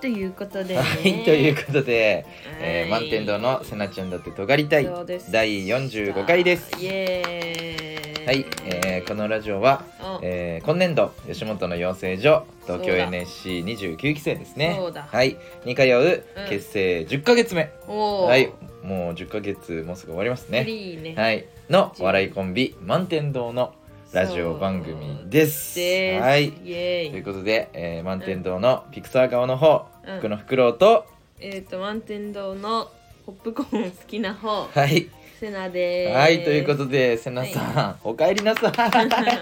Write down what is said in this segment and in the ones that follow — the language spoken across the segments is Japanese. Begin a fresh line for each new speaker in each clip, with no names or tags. ということで、ね。
はい、ということ
は
で、
い
えー、満天堂のせなちゃんだって尖りたい
そうです
第45回です。
イエーイ。
はい、えー、このラジオは、
うん
えー、今年度吉本の養成所東
そ
京
うだ
NSC29 期生ですね
そうだ
はいに通う
うん
結成10ヶ月目、
おー
はいもう10ヶ月もうすぐ終わりますね
いいね。
はいのお笑いコンビ満天堂のラジオ番組です
です。
はい
イエ
と
ー
いう
イ。
ことで、えー、満天堂のピクサー側の方、
うん
僕のフクロウと
えっ、と満天堂のポップコーン好きな方
はい、
セナでーす。
はいということで瀬名さん、お帰り なさい
そんな。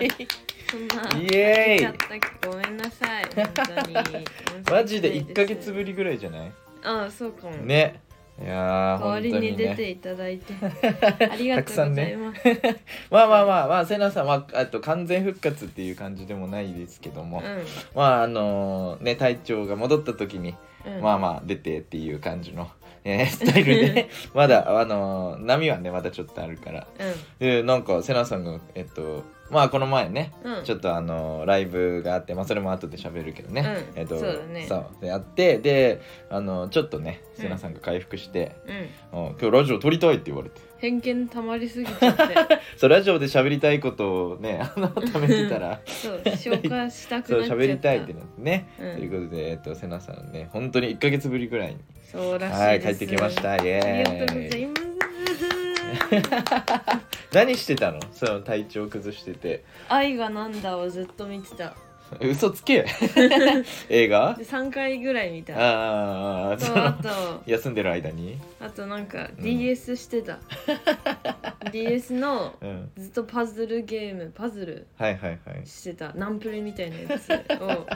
イエ
やっ
ーイ
たっけごめんなさい。本当に
マジで1ヶ月
り。
ぶりぐらいじゃない
ああそうかも。。
ねいやー
代わ
本
り
当
に
に
出
ね
ていただい てありがとうございます。
まあまあまあまあ瀬名さんはあと完全復活っていう感じでもないですけども、まああのね体調が戻った時に、
うん。うん
まあまあ出てっていう感じの、えースタイルで、 まだあのー波はねまだちょっとあるからでなんか瀬名さんがえっとまあこの前ね
うん。うん。
ちょっとあのライブがあって、まあ、それも後で喋るけどね、
うん
えっと
そうだね
うでやってであのちょっとね
うん
瀬名さんが回復して、
うん。
うん今日ラジオ撮りたい」って言われて
偏見たまりすぎちゃって
そうラジオで喋りたいことをね あの貯めてたら
そう消化したく
そう
なっちゃった
喋りたいってなってね、
うん
ということで、えっと、瀬名さんね本当に1か月ぶりぐらいに
そうら
は
しい
い帰
で
っ
す
てきましたイ
あり
エ
がとうござい
ーイ
ます
何してたのその体調崩してて
愛がなんだをずっと見てた
嘘 つけ映画
で3回ぐらい見
あ
た
ーあーあー
と
そ
あ
の
と
休んでる間に
あとなんか
うん
DS して た、DS の
うん
ずっとパズルゲームパズル
はいはいはい
してたナンプレみたいなやつ を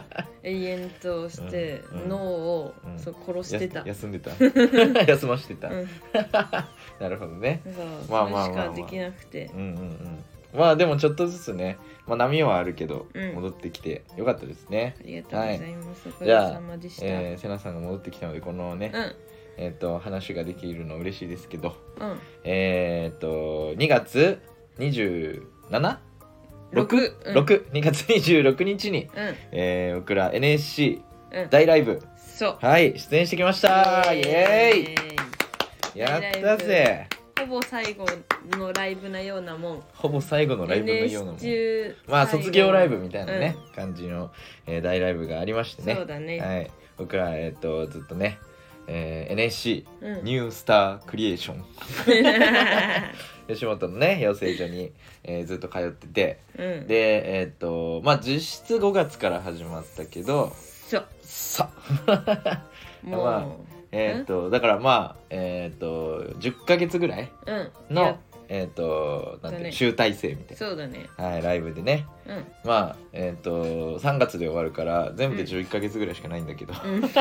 永遠として、
うんうん
脳を、
うん
そう殺してた、
や
う
休んで た休ましてた、
ん、
なるほどね
そう、
まあまあまあまあ
それしかできなくて
うんうんうんまあでもちょっとずつね、まあ、波はあるけど、
うん
戻ってきてよかったですね
ありがとうございます、おか
じ
げ
ゃあ
さまでした、
えー、瀬名さんが戻ってきたのでこのね、
うん
えっ、と話ができるの嬉しいですけど
うん
えっ、と2月 27?6?6、
六うん
2月26日に、
うん
えー僕ら NSC
うん
大ライブ
そう
はい出演してきましたイエーイやったぜ
ほぼ最後のライブなようなもん
ほぼ最後のライブのようなもん
NS 中
まあ
最後
卒業ライブみたいなね、感じの、えー大ライブがありまし
う
て
ん
ね
そうだね、
はい、僕ら、えっとずっとね、えー NSC
うん
ニュースタークリエーション吉本のね養成所に、えーずっと通ってて
うん、
でえっ、とまあ実質5月から始まったけど
そう
さ
もう、
まあえっとだからまあえっ、と10ヶ月ぐらい
うんい
の
や
えっ、となんて
だ
いうの
ね
集大成みたい
そうだね
な、はい、ライブでね
うん
まあえっ、と3月で終わるから全部で11ヶ月ぐらいしかないんだけど、
うん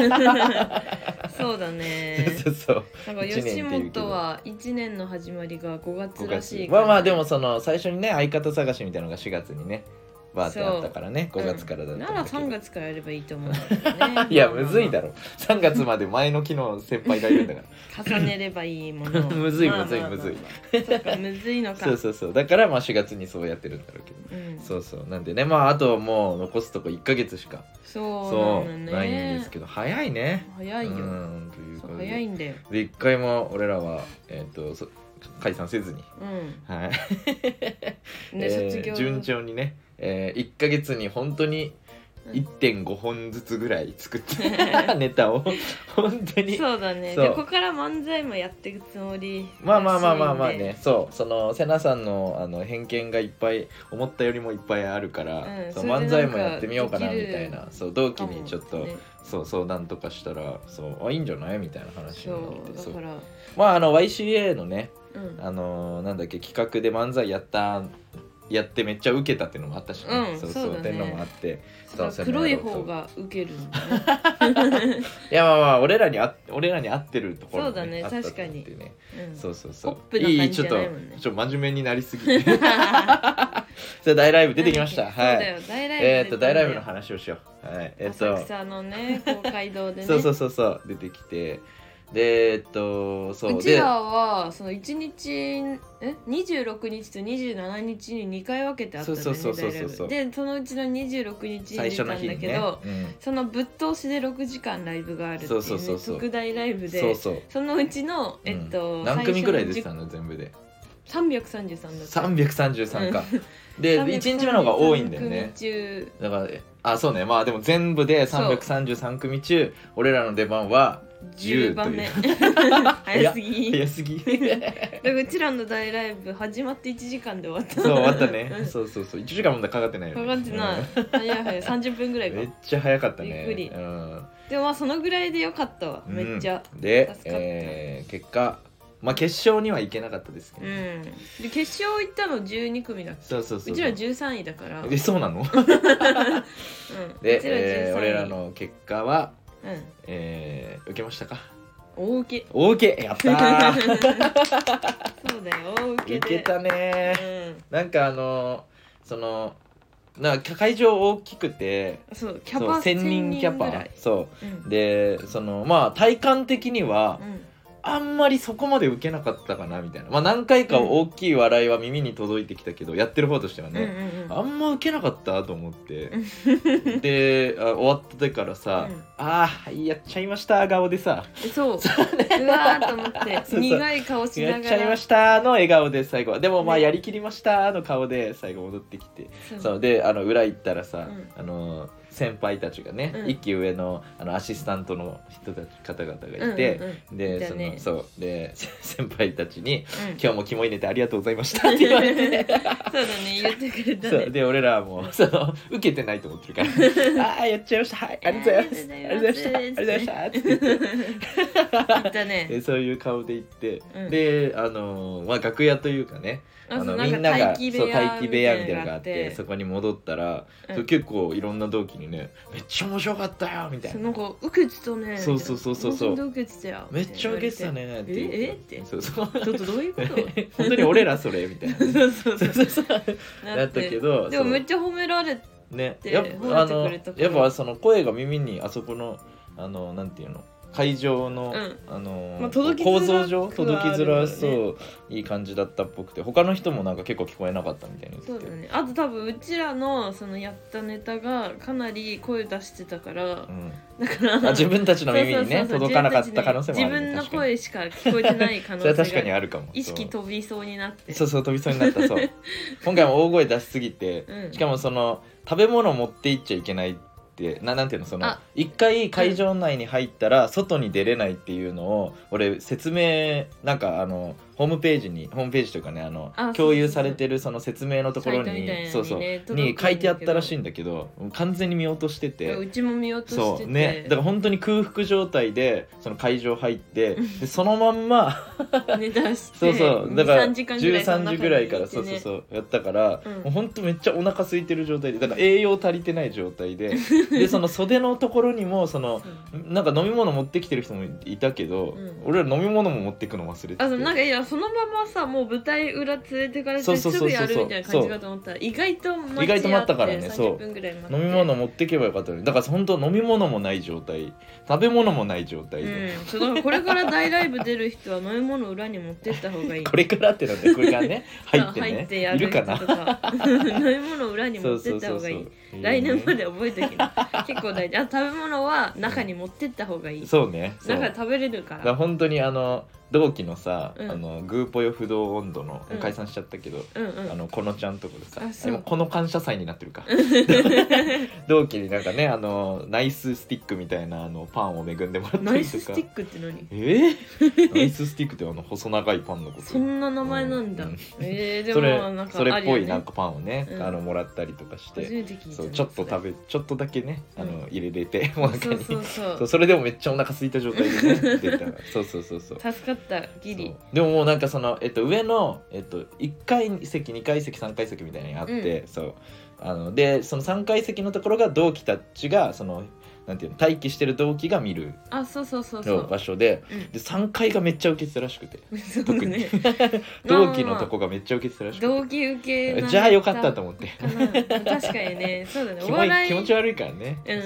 そうだね
そうそう
なんか吉本は1年の始まりが5月らしいから
まあまあでもその最初にね相方探しみたいなのが4月にねバーってあったからね
うん
5月からだった
なら
んだけど
3月からやればいいと思うんだけどね
いやむずいだ
ろ
ろ3月まで前の木の先輩がいるんだか
重ねればいいもの
むずい
まあまあまあ
むずい
そっかむずいの
ら
か
そうそうそうだからまあ4月にそうやってるんだろうけど
うん
そうそうなんでねまああともう残すとこ1ヶ月しか
そ
そうう
なのね
ないんですけど早いね
早いよ
うんという
そ
こ
う
と
早い
で
んだよ
で一回も俺らはえっとそ解散せずに
うん
はい
ね
えー
卒業
順調にね、えー、1ヶ月に本当に
うん
1.5本ずつぐらい作って ネタを本当に
そうだね
そう
でここから漫才もやっていくつもり
まあまあまあまあまあ
らしいんで
ねそうその瀬名さんのあの偏見がいっぱい思ったよりもいっぱいあるか
う
ら、
ん
そう
それで
漫才もやってみようかな
なん
み
か
たいなそう同期
かも
にちょっと、
ね
そう相談とかしたらそうあいいんじゃないみたいな話にな
そう
ってそ
だか
う
ら
まああの YCA のね
うん
あのーなんだっけ企画で漫才やったやってめっちゃウケたっていうのもあったし、
うん
そう
そ
そう
だ
う
ね
っていうのもあって
だから黒い方が受けるんだね
いやまあまあ俺らにあ俺らに合ってるところも
そうだね
あったと思っ
確かに
てね
うん
そうそうそう
ポップな感じじゃ
ちょ
な
っ
い
と
もんね
ちょっと真面目になりすぎて それ大ライブ出てきました
そう
は
だ
い
よ大ライブ
えっと大ライブの
話
話をしようはいえっ
浅
と
草のね公会堂でね
そうそううそうそう出てきてでえっとそう
うち
で
らはその1日え26日と27日に2回分けてあったんだ
そ
よ
う
ね
そうそう
大ライ
そう
ブ
そう
でそのうちの26日に
最
出た
初
ん
の
だ
日に
け
ね、
ど、
うん、
そのぶっ通しで6時間ライブがあるってい,、
そううそうそうそう
特大ライブで
そうそう、
そのうちの、えっと
うん何組ぐらい出て
最
たの全部で
初の10 333だった
333か、 で1日目の方が多いんだよね
333組中
だからえあそうねまあでも全部で333組中俺らの出番は
10番目
10
早すぎ
早 すぎ
だからうちらの大ライブ始まって1時間で終わった
そう終わった
う
ね
ん
そうそうそう1時間もかかってないよ
か
ね
かってない早い早い30分ぐら
う
い
ん
か
めっちゃ早かったね
びっくり
うん
でもまあそのぐらいでよかったわめっちゃ
うんで
助か、った
えー、結果まあ決勝には行けなかったですけ
うん、
どね、
で決勝行ったの12組だっけ
そうそうそう
うちら13位だから、うん、う
えそう なの
ちら13位
で、えー、俺らの結果は、
うん
えー、受けましたか
大受け
大受けやった ー
そうだよ大受け
受
で
けたねー
うん
なんかあのーそのなんか会場大きくて
そうキャ
そう
パ
1000人キャ
1000ぐら
パ
い
そ
うん
うでそのまあ体感的には
うん
あんまりそこまで受けなかったかなみたいなまあ何回か大きい笑いは耳に届いてきたけど、やってる方としては
うんうん
ね、
うん
あんま受けなかったと思って であ終わってからさ「
うん
ああはいやっちゃいました」顔でさ
えそううわーと思って
そうそう
苦い顔
「
し
や
な
っ
が
ちゃい
ら
ました」の笑顔で最後でもまあ
ね
やりきりましたの顔で最後戻ってきて
そう
そうであの裏行ったらさ、
うん
あの先輩たちがね、
うん
一期上のあのアシスタントの人たち方々が
うんうんう
い
ん
て、
い
で
た
そ
ね
のそうで 先輩たちに
うん
「今日もキモいネタありがとうございました」って言われて
そう だね言ってくれた
そう
ね
で俺らはも うその受けてないと思ってるから「ああやっちゃいましたはいありがとうございますありがとうございましたありがとうございました」って言って
言った ね
でそういう顔で行って、
うん
であのまあ楽屋というかねあのみんながそう待機部屋みたいなのがあってそこに戻ったら、
うん
そう結構いろんな同期にね「めっちゃ面白かったよ」みたい
そ
な
の子受けてたね
そうそうそうそうそう
本当に受けてたよ
「めっちゃウケてたね」って言
ええって
そうそう
ちょっとどういうこと
本当に俺らそれみたいな
そうそう
そうそうそう
だ
だったけど
でもめっ
ち
ちゃ褒められて
ゃね
て
やっぱあ
褒めて
の
くれたから
やっぱその声が耳にあそこのあのなんていうの会場の、
うん
あの
まあ届きづ
構
らく
造上届きづ
はあるんだろう
ら
ね
そういい感じだったっぽくて他の人もなんか結構聞こえなかったみたいに
そ
言っ
う
て
だ
て、
ねあと多分うちらのそのやったネタがかなり声出してたから
うん、
だから
あ自分たちの耳にね
そうそうそう
届かなかった可能性もあるね
自分の
確かに
声しか聞こえてない可能
それ
性
は確かに
が
あるかも
意識
そう
飛びそうになって
そうそう飛びそうになったそう 今回も大声出しすぎて、
うん
しかもその食べ物持って行っちゃいけないってななんていうのその
あ
一回会場内に入ったら外に出れないっていうのを俺説明なんかあのホームページにホームページというかねあの
あ
共有
そうそう
さ
そう
れてるその説明のとこ
サ
ろ
イトみたいなのに
に
ね
そうそう
届くんだけ
に
ど
書いてあったらしいんだけど完全に見落としてて
うちも見落としてて
そうねだから本当に空腹状態でその会場入ってでそのまんま
寝出して
そうそうだか
2
ら
3時間ぐらいそんな
13
感じ
時ぐらいから
で
そ
ね
うそうそうやったから、
うん
もう本当めっちゃお腹空いてる状態でだから栄養足りてない状態ででその袖のところにもその
そう
なんか飲み物持ってきてる人もいたけど、
うん
俺ら飲み物も持ってくの忘れてて
あそうなんかいやそのままさもう舞台裏連れてかれ
そう
て
そう
す
そうそう
ぐやるみたいな感じかと思ったら意外と待ち合って
意外と待ったからねそう
30分ぐらい待って
飲み物持ってけばよかったのにだから本当飲み物もない状態食べ物もない状態で、
うんそうだからこれから大ライブ出る人は飲み物裏に持ってった方が いい
これからってなんでこれからね入ってね
入ってや
い
る
る
人
か
と
な
か 飲み物裏に
そ
持
う
って
そ
っ
う
た
そ
方が
うそ
いうい
いいよね
来年まで覚えておきな結構大事あ食べ物は中に持ってった方がいい
そうねそう
中で食べれるか
だから
ら
本当にあの同期のさ、
うん
あのグーポヨ不動温度の
うん
解散しちゃったけど、
うんうん
あのこのちゃんとこでさ
あそう
でもこの感謝祭になって るか同期になんかねあのナイススティックみたいなあのパンを恵んでもらった
ナ
り
イ
と
ス
か
スティックって何
えーナイススティックってあの細長いパンのこと
そんな名前なんだ、
うんうん
えー、で
それ
もなんか
それ
あ
っ
るよ
ぽ
ね
いなんかパンをね、
うん
あのもらったりとかし
初
て
めて聞いた
そうちょっと食
べ
べちょっとだけねあの、
う
入れれてお腹に
そうそう
そ
そうう
それでもめっちゃお腹空いた状態で ね出たらそうそうそうそ
助
う
かったギリ
そうでももうなんかその、えっと、上の、えっと、1階席2階席3階席みたいにあって、そうあのでその3階席のところが同期たちがそのなんていうの待機してる同期が見る
あそうそうそうそ
場
う、
所で
うん
で3階がめっちゃ受けてたらしくて
そう
特
だ
に
ね
同期のとこがめっちゃ受けてたらしくて、
同期受けな
じゃあよかったと思って
かな確かにねそうだね
キ
お
モい
笑い
気持ち悪いからね、そう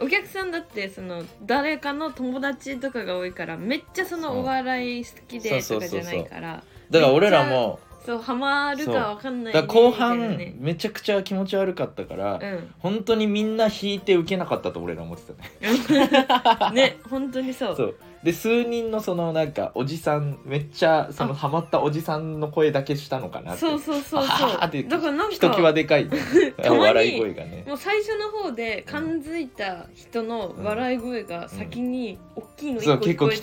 うん、お客さんだってその誰かの友達とかが多いからめっちゃそ
そう
のお笑い好きで
そ
と
うそ
か
うそ
じ
う
ゃ
そう
ないから
だから俺らも
そうハマるかわかんない
だから後
みたいな
半
ね
めちゃくちゃ気持ち悪かったから、
うん
本当にみんな引いて受けなかったと俺ら思ってたね
ね本当にそう
そうで数人のそのなんかおじさんめっちゃその
あ
ハマったおじさんの声だけしたのかなって
そうそうそうそう
あーって
だからなんか
ひときわでかいね
たまに
笑い声がね
もう最初の方で感づいた人の笑い声が先に大きいの一個
そう
聞
結
こ
構
え
来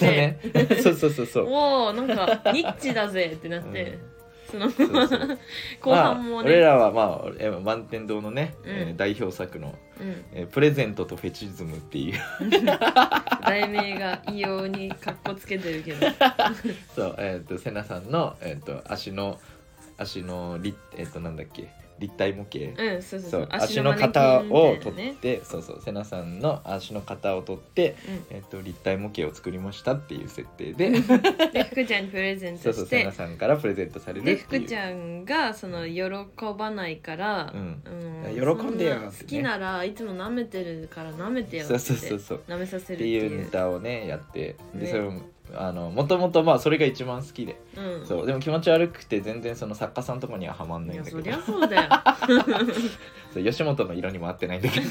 た
て、
ね そうそうそうそう
おおなんかニッチだぜってなって、そ
そ
の
うそう
後半も
まあ、俺
ね、
らはまあえ満天堂のね、
うん
えー代表作の、
うん、
えープレゼントとフェチズム」っていう
題名が異様にかっこつけてるけど
そうえっ、と瀬名さんの、えー、と足の足の立えっ、となんだっけ立体模型、
うんそうそう
そ
そうう
足の型を取
取
って、そうそう瀬名さんの足の型を取って、えっと立体模型を作りましたっていう設定で
で福ちゃんにプレゼン
そ
ト
うそう
し
瀬名
て
さんからプレゼントされるって
で
いう
福ちゃんがその喜ばないから、
うん
う
喜んでよってね
そな好きならいつも舐めてるから舐めてよって
そうそうそうそう
舐めさせる
っ
っててい
いうネ
う
タをねやってで
ね
それもあのもともとまあそれが一番好きで、
うん
そうでも気持ち悪くて全然その作家さんとこにはハマんないい
や
んだ
そ
け
り
ど
ゃそう だよ
そう吉本の色にも合ってないんだ けど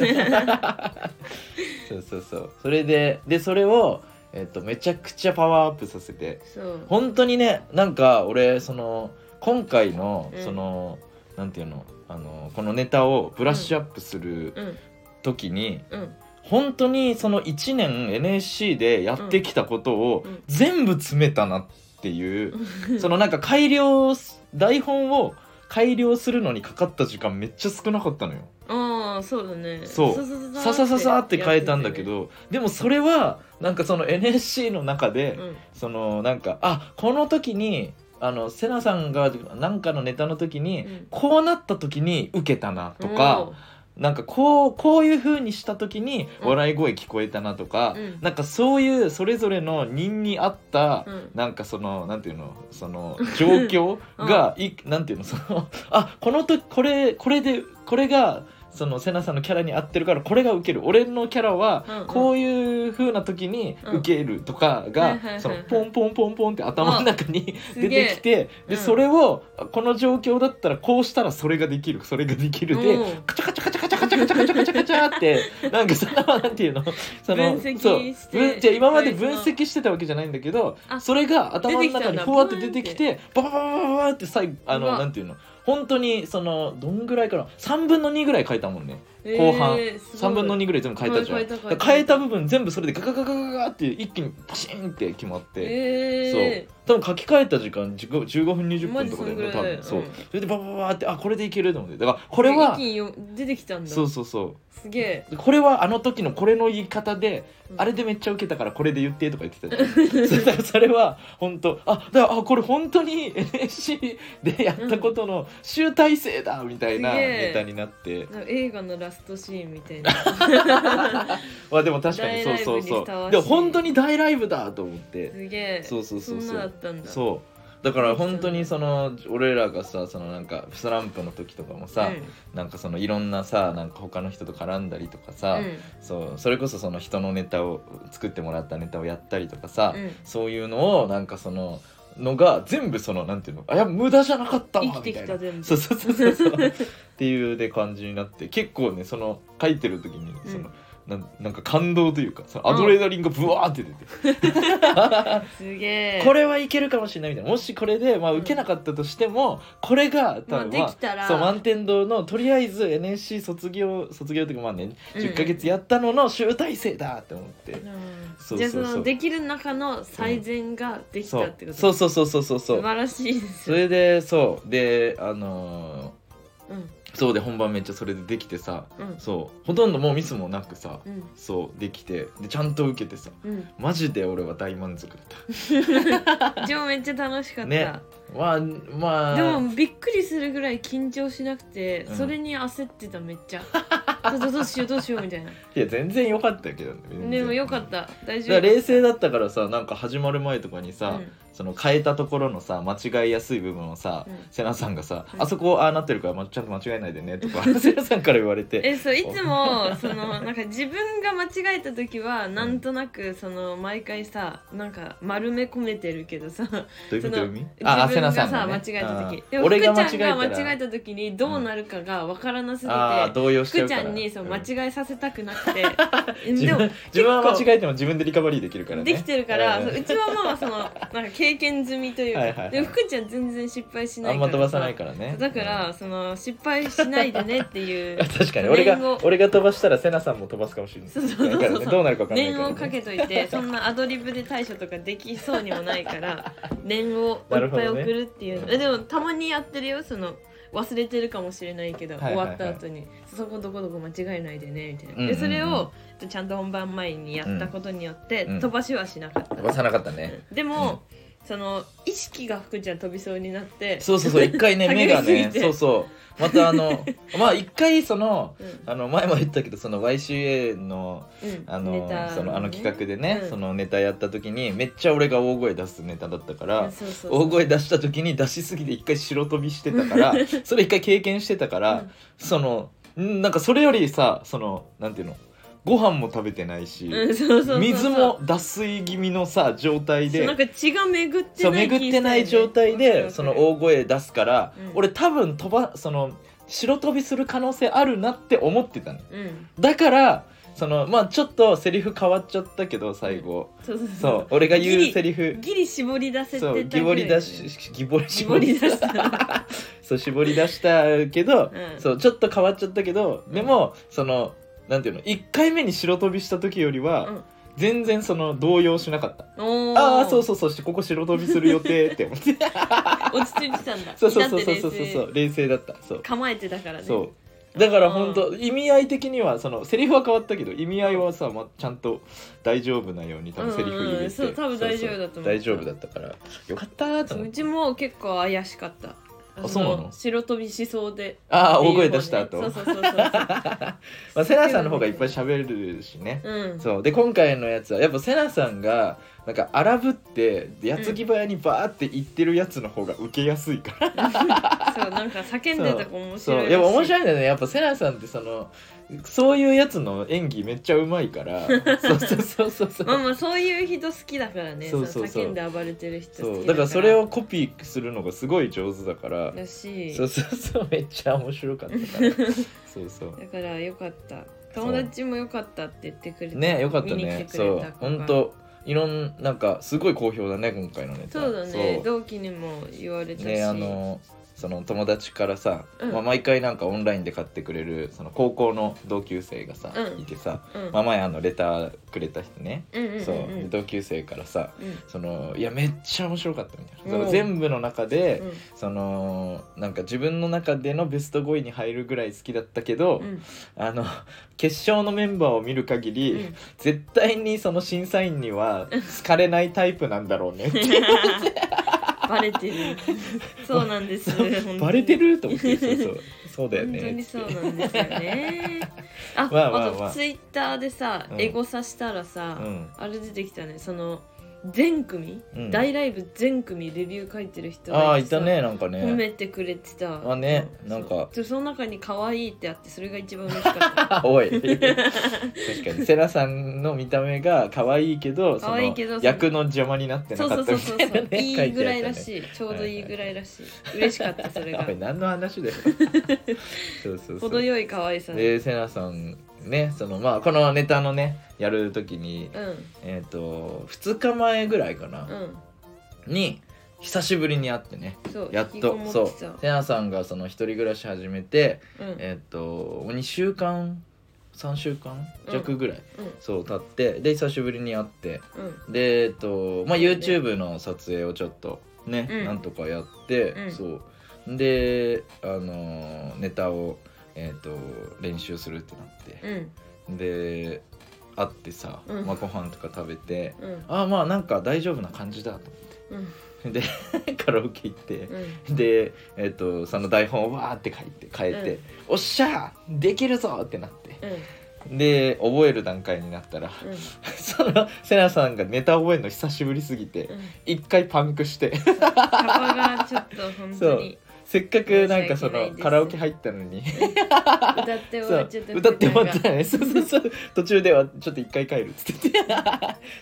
そうそうそうそれででそれを、えっとめちゃくちゃパワーアップさせて
そう
本当にねなんか俺その今回の
うん
その、なんていうのあのこのネタをブラッシュアップする
うん
時に、
うん
本当にその1年 NSC でやってきたことを
うん
全部詰めたなっていう、 そのなんか改良す台本を改良するのにかかった時間めっちゃ少なかったのよ。
ああそうだね
そうささささって変えたんだけ
やっ
どでもそれはなんかその NSC の中で、
てたよね
そのなんかあこの時にあのセナさんがなんかのネタの時に、
うん
こうなった時に受けたな
う
と
ん
か、なんかこうこういう風にした時に
うん
笑い声聞こえたなとか、
うん
なんかそういうそれぞれの人に合った、
うん
なんかそのなんていうのその状況
うん
が、いなんていうのそのあこのとこれこれでこれがそのセナさんのキャラに合ってるからこれがウケる俺のキャラ
うんう
は
ん
こういう風な時に
うん
ウケるとか
はい
が
はいはいはい
そのポンポンポンポンって頭の中に
すげ
出
え
てきて
うん
でそれをあこの状況だったらこうしたらそれができるそれができるで
うん
カチャカチャカチャカチャカチャカチャカチャカチャカチャってなんかそのなんていうのその
分析
そう
して
ぶんじゃあ今まで分析してたわけじゃないんだけど
あ
それが頭の中にふわって
出
出
て
てき
き
てババババババって最後あ
う
の
わ
なんていうの本当にそのどんぐらいかな3分の2ぐらい書いたもんね後半
えーすごい
3分の2ぐらい全部書いたじゃん
はい書いた書いた
変えた部分全部それでガガガガガガって一気にパシーンって決まって。
え
そう多分書き換えた時間じゅ15分20分とかだよ
マジそんぐ
ね
らい
多分そう、
うん
それでババババってあこれでいけると思ってだからこ
こ
れは
一気によ出てきたんだ
そうそうそう
すげえ
これはあの時のこれの言い方で、
うん
あれでめっちゃ受けたからこれで言ってとか言ってたじゃんそれそれは本当あだからあこれ本当に NSC でやったことの集大成だみたいな
すげえ
ネタになって、
なんか映画のラストシーンみたいな
まあでも確かにそうそうそ
大ライブにふさわし
う
い
でも本当に大ライブだと思って
すげえ
そうそうそうそうん
なだったんだう
そうだから本当にその俺らがさそのなんかスランプの時とかもさ、なんかそのいろんなさなんか他の人と絡んだりとかさ、
んうん
そうそれこそその人のネタを作ってもらったネタをやったりとかさ、
うん
そういうのをなんかそののが全部そのなんていうのあいや無駄じゃなかったわ
生
みた
きてき
いな
た全部
そうそうそうそうそうっていうで感じになって結構ねその書いてる時にその、なんなんか感動というかそのアドレナリンがブワーって出て、
すげえ
これはいけるかもしれないみたいなもしこれで、まあ、
うん
受けなかったとしてもこれが多分、
まあできたら
そう満天堂のとりあえず NSC 卒業卒業というかまあね
うん
10ヶ月やったのの集大成だって思って、
うん
そうそうそう
じゃあそのできる中の最善ができた
そ
っ
う
てこと
そうそうそうそうそうそ
素
う
晴らしいです
それでそうであの
うん
ーそうで本番めっちゃそれでできてさ
うん
そうほとんどもうミスもなくさ
うん
そうできてでちゃんと受けてさ
うん
マジで俺は大満足だっ
でもめっちゃ楽しかった、
ねた まあまあ
でもびっくりするぐらい緊張しなくて、
うん
それに焦ってためっちゃ どどどうしようどうしようみたいな。
いや全然良かったけどね
でもよか
た
った。大
だ
丈
から
夫。
冷静だったからさなんか始まる前とかにさ、
うん
その変えたところのさ間違いやすい部分をさ、
うん
セナさんがさ、
うん
あそこああなってるからまちゃんと間違えないでねと かセナさんから言われて
えそういつ もそのなんか自分が間違えた時はなんとなくその毎回さなんか丸め込めてるけどさ
どういうこと
そ
ど
の
ういう意味ああ
自
セ
分
ナ
が
さ
さ
んが、ね、
間違えた時
あー
でも福
俺
ちゃ
が
ん
間違え
が
たら
間違えた時にどうなるかがわからなすぎ
あー
て
動揺しち
福
ゃう
ち
か
ゃ
ら
んにそう間
うん
違えさせたくな くて
自
でも
分自分は
結構
間違えても自分でリカバリーできるからね
できてるから、
う
そ
ん
ううちはまあそのなんか経験済みというか
はいはいはい
で福ちゃん全然失敗しない
あん
か
ま
らさ
飛ばさないからね
だから、その失敗しないでねってい
うん
う
確かに俺
念を
が俺が飛ばしたらセナさんも飛ばすかもしれない
そうそうそうそう
だからねどうなるかわかんない
念
らね
をかけとい てそんなアドリブで対処とかできそうにもない から念をい
な
っ
るほ
ぱい
どね
送るっていう、
うん
えでもたまにやってるよその忘れてるかもしれないけど、
はいはいはい
終わった後にそこどこどこ間違えないでねみたいな、
うんうんう
で
ん
それをちゃんと本番前にやったことによって、
うん
飛ばしはしなかった、
飛ばさなかったね
でも、その意識が福ちゃん飛びそうになって
そうそうそう一回ね目
励み
が
すぎ
ね
て
そうそうまたあのまあ一回その
うん
あの前も言ったけどその YCA の
うん
あ
ネ
の,、
タ
そのあの企画でね、
うん
そのネタやった時にめっちゃ俺が大声出すネタだったか
うん
ら。
そうそうそう
大声出した時に出しすぎて一回白飛びしてたから それ一回経験してたから、
うん
そのんなんかそれよりさそのなんていうのご飯も食べてないし、
うんそうそうそうそう
水も脱水気味のさ状態で
なんか血が巡って
そう
ない
巡ってない状態でその大声出すから、
うん
俺多分飛ばその白飛びする可能性あるなって思ってたの
うん
だからそのまあちょっとセリフ変わっちゃったけど最後、
そうそうそ
そうう俺が
ギ
言
リ
うセリフ
ギリ絞り出せてた
そ
ぐら
う
い
ぎぼり出しぎぼり
ぎ
絞
ぼり
り
出した
そう絞り出したけど、
うん
そうちょっと変わっちゃったけどでもそのなんていうの1回目に白飛びした時よりは、
うん
全然その動揺しなかった
おー
ああそうそうそうしてここ白飛びする予定って思って
落ち着いてたんだ
そうそうそうそう
至
そう
って
そ
冷静
うそう冷静だったそう
構えてたからね
そうだから本当意味合い的にはそのセリフは変わったけど意味合いはさ、ま、ちゃんと大丈夫なように多分セリフ入れて、
うんうんそう多分大丈夫だと思う
大丈夫だったからよかったーと
そう
思っ
う
て
ちも結構怪しかった
あそうなの
白飛びしそうで
ああ大声
っていう方ね
出した後、
そうそうそうそ う
まあ、セナさんの方がいっぱい喋るしね、
うん
そうで今回のやつはやっぱセナさんがなんか荒ぶって矢継ぎ早にバーって言ってるやつの方が受けやすいか ら、
そうなんか叫んでた子面白い
そう
らし
やっぱ面白いんだよねやっぱセナさんってそのそういうやつの演技めっちゃうまいから そうそうそうそうそう
まあまあそういう人好きだからね
そうそうそう
その叫んで暴れてる人好
そ
き
うだからそれをコピーするのがすごい上手だから
だし
そうそうそうめっちゃ面白かったから そうそう
だからよかった友達もよかったって言ってくれて
ねよかった
見に来
ね
てく
そ
れ
う
た子が
本当いろんなんかすごい好評だね今回のネタ
そうだね
そう
同期にも言われたし、
ねあのその友達からさ、
うん
まあ、毎回なんかオンラインで買ってくれるその高校の同級生がさ、
うん
いてさ、
うん
まあ、前あのレターくれた人ね、
うんうんうんうん
そうで同級生からさ
うん
そのいやめっちゃ面白かったみたいな、
うん
その全部の中で、
うん
そのなんか自分の中でのベスト5位に入るぐらい好きだったけど、
うん
あの決勝のメンバーを見る限り、
うん
絶対にその審査員には好かれないタイプなんだろうねって
バレてるそうなんです
そう
本当に
バレてると思ってそうそうそうだよね
本当にそうなんですよ ねあ、
ま
あ
あまあまあ
とツイッターでさ、
うん
エゴサしたらさ、
うん
あれ出てきたねその全組、
うん
大ライブ全組レビュー書いてる人
ああ
が
い
てさ
たねなんか
褒
ね
めてくれてた
あね
う
なんか
そうでその中に可愛いってあってそれが一番嬉しかった
あおい 確かにセラさんの見た目が可愛いけどそ
可
の
愛いけどその
役の邪魔になって
そ
な
う
か
そう
った
そう
みた
そ
いう
そ
な
う、
ね
いいぐらいら
い
しいちょうどいいぐらいらしい嬉しかったそれが
おい何の話 だよそうそうそ
程
う
よい可愛さで
でセラさんねそのまあこのネタのねやる時に
うん
えっ、と2日前ぐらいかな、
う
に久しぶりに会ってね
んそう
やっ
引きことも
そう
てた
セナさんがその一人暮らし始めて
うんうん
えっと2週間3週間
うん
弱ぐらい、そう経ってで久しぶりに会って
うん
でえっと、まあ、
そうね
YouTube の撮影をちょっとね、
うん
なんとかやって、
うん
そうであのーネタを、えっと練習するってなって、
うん
で会ってさ、
うん
まあ、ご飯とか食べて
うん
ああまあなんか大丈夫な感じだと
うん
思ってで カラオケ行って。
うん
で、えっとその台本をわーって書いて変えて「おっしゃーできるぞ!」ってなって
うん
で覚える段階になったら そのセナさんがネタ覚えるの久しぶりすぎて
うんうん
一回パンクして
パパがちょっと本当に
せっかくなんかそ
申し訳ない
の
です
カラオケ入った のに
歌って終
そ
わ
う
っちゃった
歌って終わっ
歌
たよね そうそうそう途中ではちょっと一回帰るっつって て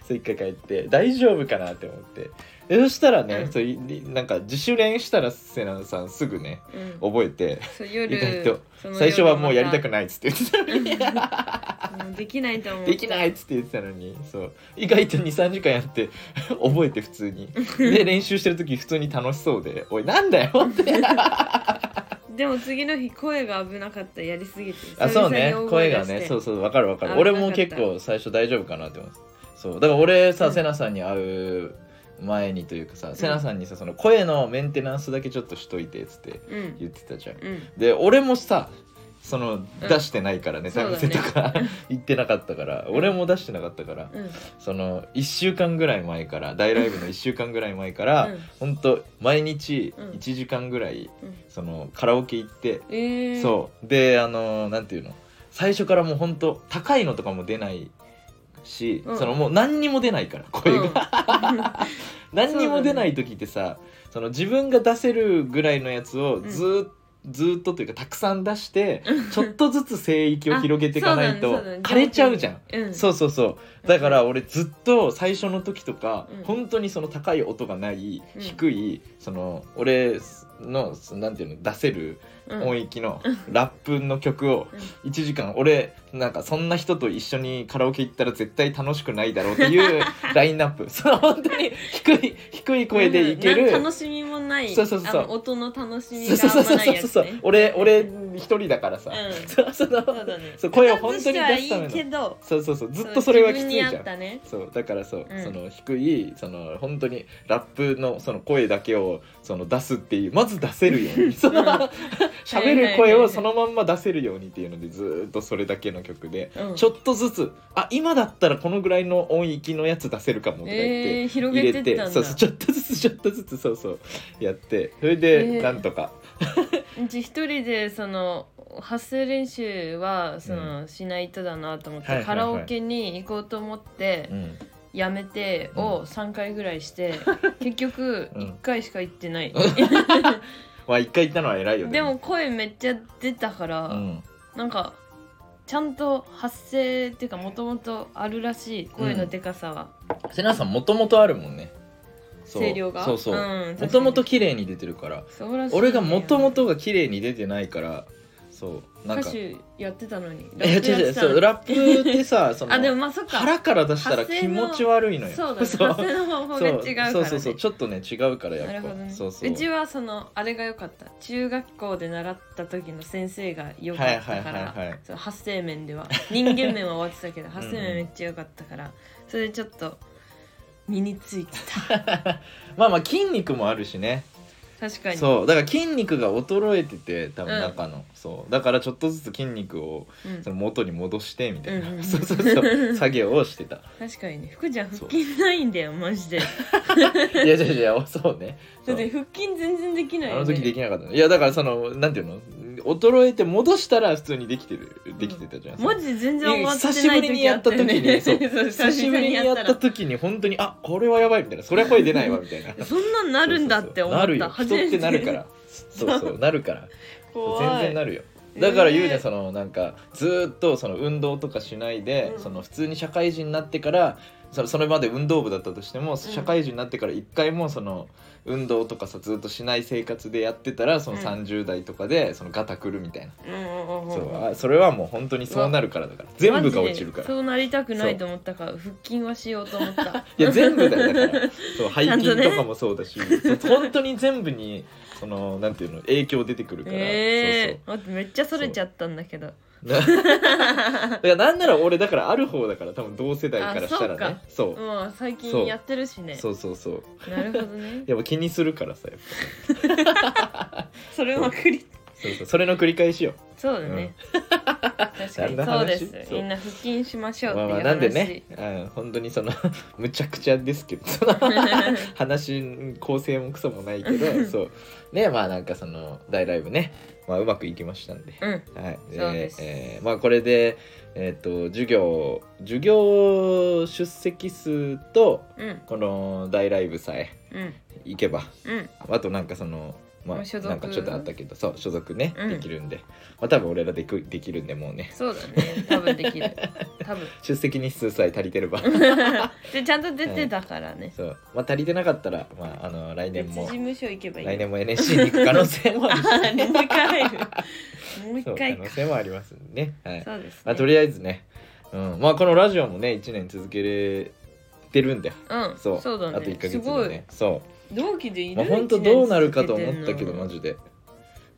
そう一回帰って大丈夫かなって思ってでそしたらね、
うん
そういなんか自主練したらセナさんすぐね
がうん
覚えて
そう夜
意外と
その夜
最初はもうやりたく
ま
ないっつって言ってたのに
たうんできないと思う
できないっつって言ってたのにそう意外と23時間やって 覚えて普通にで練習してる時普通に楽しそうで「おいなんだよ」って
でも次の日声が危なかったやりすぎて
あそうね
久々に覚
声
え
が
出して
ねそうそうわかるわかる
あ
俺も
わかっ
結
た
構最初大丈夫かなって思ってそうだから俺さ、
うん
セナさんに会う前にというかさ、
ん
セナさんにさその声のメンテナンスだけちょっとしといてっつって
うん
言ってたじゃん
うん
で俺もさその
うん
出してないからね、
そうだね
店と か行ってなかったから、俺も出してなかったから、
うん
その1週間ぐらい前から大ライブの1週間ぐらい前から、
うん
ほんと毎日
うん
1時間ぐらい、
うん
そのカラオケ行って、
えー
そうであのなんていうの最初からもうほんと高いのとかも出ないし、
うん
そのもう何にも出ないから声が、何にも出ない時ってさその自分が出せるぐらいのやつをずーっと、ずーっとというかたくさん出してちょっとずつ声域を広げていかないと
あそうだねそうだね
枯れちゃうじゃん。
うん
そうそうそうだから俺ずっと最初の時とか、
うん
本当にその高い音がない、
うん
低いその俺のそのなんていうの出せる
うん
音域のラップの曲を1時間俺なんかそんな人と一緒にカラオケ行ったら絶対楽しくないだろうって いうラインナップその本当に低い低い声でい
う
け
ん
る。
なん楽しみもない
そうそうそうそう
あの音の楽しみ
そう
が
そう
あんま
そう
ない
そ
うや
そう
つ
そう
ね
俺俺一人だからさ、
うん
そうその
そうだね
そう声を本当に
ダンス
出すた
したらいい
めの
けど
そうそうそうずっとそれはきつ
自分
い
に
じゃ
合
ん
ったね
そうだからそう、
うん
その低いその本当にラップのその声だけをその出すっていうまず出せるよ うにその喋る声をそのまんま出せるようにっていうのでずーっとそれだけの曲で、
うん
ちょっとずつあ今だったらこのぐらいの音域のやつ出せるかもとか言って。
えー、広
入
げ
れ
て
て
ったんだ
そうそうちょっとずつちょっとずつそうそうやってそれで、
えー
なんとか
うち一人でその発声練習はその、しないとだなと思って、
はいはいはい
カラオケに行こうと思って、
うん
やめて
うん
を3回ぐらい して、結局
うん
1回しか行ってない、
まあ一回行ったのは偉いよね
でも声めっちゃ出たから、
うん
なんかちゃんと発声っていうかもともとあるらしい声のでかさは、
瀬名さんもともとあるもんねそう
声量が
そうそう、
ん
もともと綺麗に出てるか
確
ら
かに素晴らしいね
俺がもともとが綺麗に出てないからそうなんか
歌手やってたのに
いや違う違うそう
ラッ
ラップっ てさそ
プやってたのにあでも
の
まあそっか
腹から出したら
発
気
声の
持ち悪いのよ
そうだね
そう
発声の方法が違うから、ね、
そうそうそうちょっとね違うから
な
や
る
っ
ほ
ぱ
どね
そうそう
ちはそのあれが良かった中学校で習った時の先生が良かったから、
はいはいはいはい
そう発声面では人間面は終わってたけど発声
うんうん
面めっちゃ良かったからそれでちょっと身についてた
まあまあ筋肉もあるしね
確かに
そうだから筋肉が衰えてて多
う
分
ん
中の、そうだからちょっとずつ筋肉を
うん
その元に戻してみたいな、
うんうん
そうそうそう作業をしてた
確かにね福ちゃん
そ
腹
う
筋ないんだよマジでだ
いやいやいやそう ねそう
って腹筋全然できない
あ
よ、ね、
の時できなかったのいやだからそのなんていうの衰えて戻したら普通にできてるできてたじゃん、
マジ全然終わって
久し
な
ぶ
い
りに
時あ
やった
よ
時にねそう
そう
久しぶりにやった時に本当にあこれはやばいみたいなそれは声出ないわみたい な
そんなんなるんだって思った
そうそうそうなるよ人ってなるからそうそうなるから
怖い
全然なるよだからゆうじゃん
ん
そのなんかずーっとその運動とかしないで、
うん
その普通に社会人になってからそそれまで運動部だったとしても社会人になってから一回もその運動とかさずーっとしない生活でやってたらその
うん
30代とかでそのガタくるみたいな、
うんうんうん
そうあそれはもう本当にそうなるからだから全部が落ちるか
マジで
ら
そうなりたくないと思ったから腹筋はしようと 思った
いや全部だよだからそう 背
ゃんとね
筋とかもそうだし、そう本当に全部にそのなんていうの影響出てくるから、そうそう
ええー、待ってめっちゃそれちゃったんだけど
なだからなんなら俺だからある方だから多分同世代からしたらねそうそう,、
もう最近
そう
やってるしね
そうそうそう
なるほど ね
やっぱ気にするからさやっぱ
それはくり
そうそうそれの繰り返しよ
そうだね、確かに
何の話
そうです
そう
みんな腹筋しましょうって
ま
い
あ
う話、
まあなん でね、うん、本当にその むちゃくちゃですけどその 話構成もクソもないけどそうねまあなんかその大ライブねまあ、うまくいきましたんで。
うん
はい、
そうです
えーまあこれで、えー、と授業授業出席数と
うん
この大ライブさえ
うん
行けば
うん
あとなんかその、ま
まあ所
あ、
属
なんかちょっとあったけどそう所属ね、
うん
できるんで、まあ、多分俺らでくできるんでもうね
そうだね多分できる多分
出席日数さえ足りてれば
でちゃんと出てたからね、
そう、まあ、足りてなかったら、まあ、あの来年
別事
も
務所行けばいい
来年も NSC に行く可能性もある し
あ寝 て帰るもう
そ
一
う可
回
能
か
性もありますんでね、はい
そうです、ね
まあ、とりあえずね、うんまあ、このラジオもね1年続けれてるんで。
うん
そ
そううだね
あと1ヶ
す
月で
ごい
ねそ、
同期でいうな
まあ、
い
本当どうなるかと思ったけどマ
一
ジで、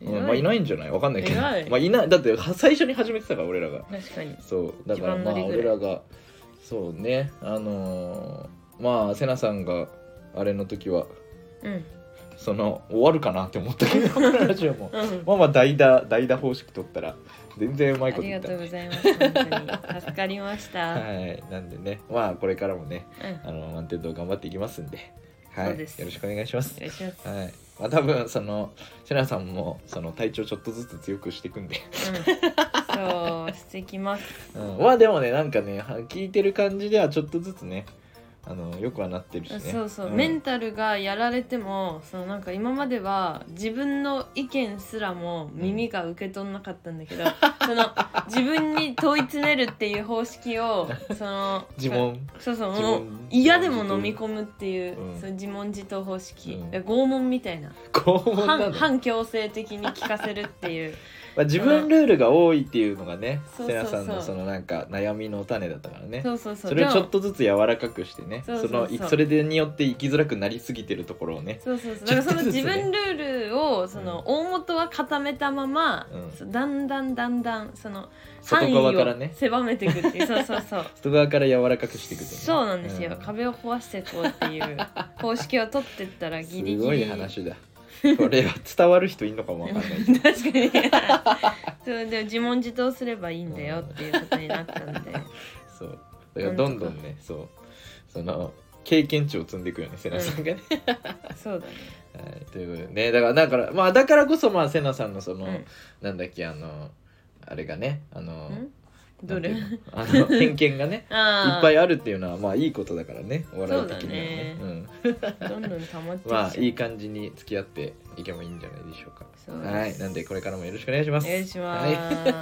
年続けてん
う
の
んまあ、いないんじゃないわかんないけど
偉い
まあ、いないだっては最初に始めてたから俺らが
偉い確かに
そうだから
一番
ま
乗
あ
りぐらい
俺らがそうねあのーまあ瀬名さんがあれの時は
うん
その終わるかなって思ったけどこのラジオも
うん
まあまあ代打代打方式取ったら全然うま
あ
いこと
り
言っ
が
た
とうございます本当に助かりま した、
はいなんでねまあこれからもね
うん
あの満点度頑張っていきますんではい
そうです
よろしくお願いします
よろしくお
はい。まあ多分そのセナさんもその体調ちょっとずつ強くしていくんで、
願いしますうんそうしてきます
うん、まあでもねなんかねは聞いてる感じではちょっとずつねあのよくはなってるしね
そうそう、
ん
メンタルがやられてもそのなんか今までは自分の意見すらも耳が受け取んなかったんだ けど、その自分に問い詰めるっていう方式をその
自問
そうそう
自
もう
問
嫌でも飲み込むっていう、
うん
その自問自答方式、
うん
拷問みたいな
拷問なの
反反強制的に聞かせるって いう
まあ、自分ルールが多いっていうのがね
そう
セ
そうそ
ナ
う
さんのそのなんか悩みの種だったからね
そうそうそう
それをちょっ
でも
とずつ柔らかくしてね
そうそう
の
そう
それでによって生きづらくなりすぎてるところをね
そうそうそう
ちょ
だ
っ
か
と
らその
ずつね
自分ルールをその大元は固めたまま、
うん
そうだんだんだんだんその
外
範囲
側
を
からね
狭めていくっていう、そうそうそう
外側から柔らかくしていくとね
そうなんですよ、
うん
壁を壊していこうっていう方式を取ってったらギリギリ
すごい話だこれは伝わる人いんのかもわかんないけど
確かに そうでも自問自答すればいいんだよっていうことになったんで、
そうだからどんどんねそうその経験値を積んでいくよねセナさんがね、
そうだね
はい、ということでねだからだからまあだからこそまあセナさんのその、
うん
なんだっけあのあれがねあの
んどれ
なんていうのあの偏見がね い
あ
っ
あ
ぱいあるっていうのはまあいいことだからねお笑い的にはね
そうどんどん溜まってき
うん、
ちゃう
まあいい感じに付き合っていけばいいんじゃないでしょうか
そうです
はいなんでこれからもよろしくお願いしま
お
す
願いします、
はい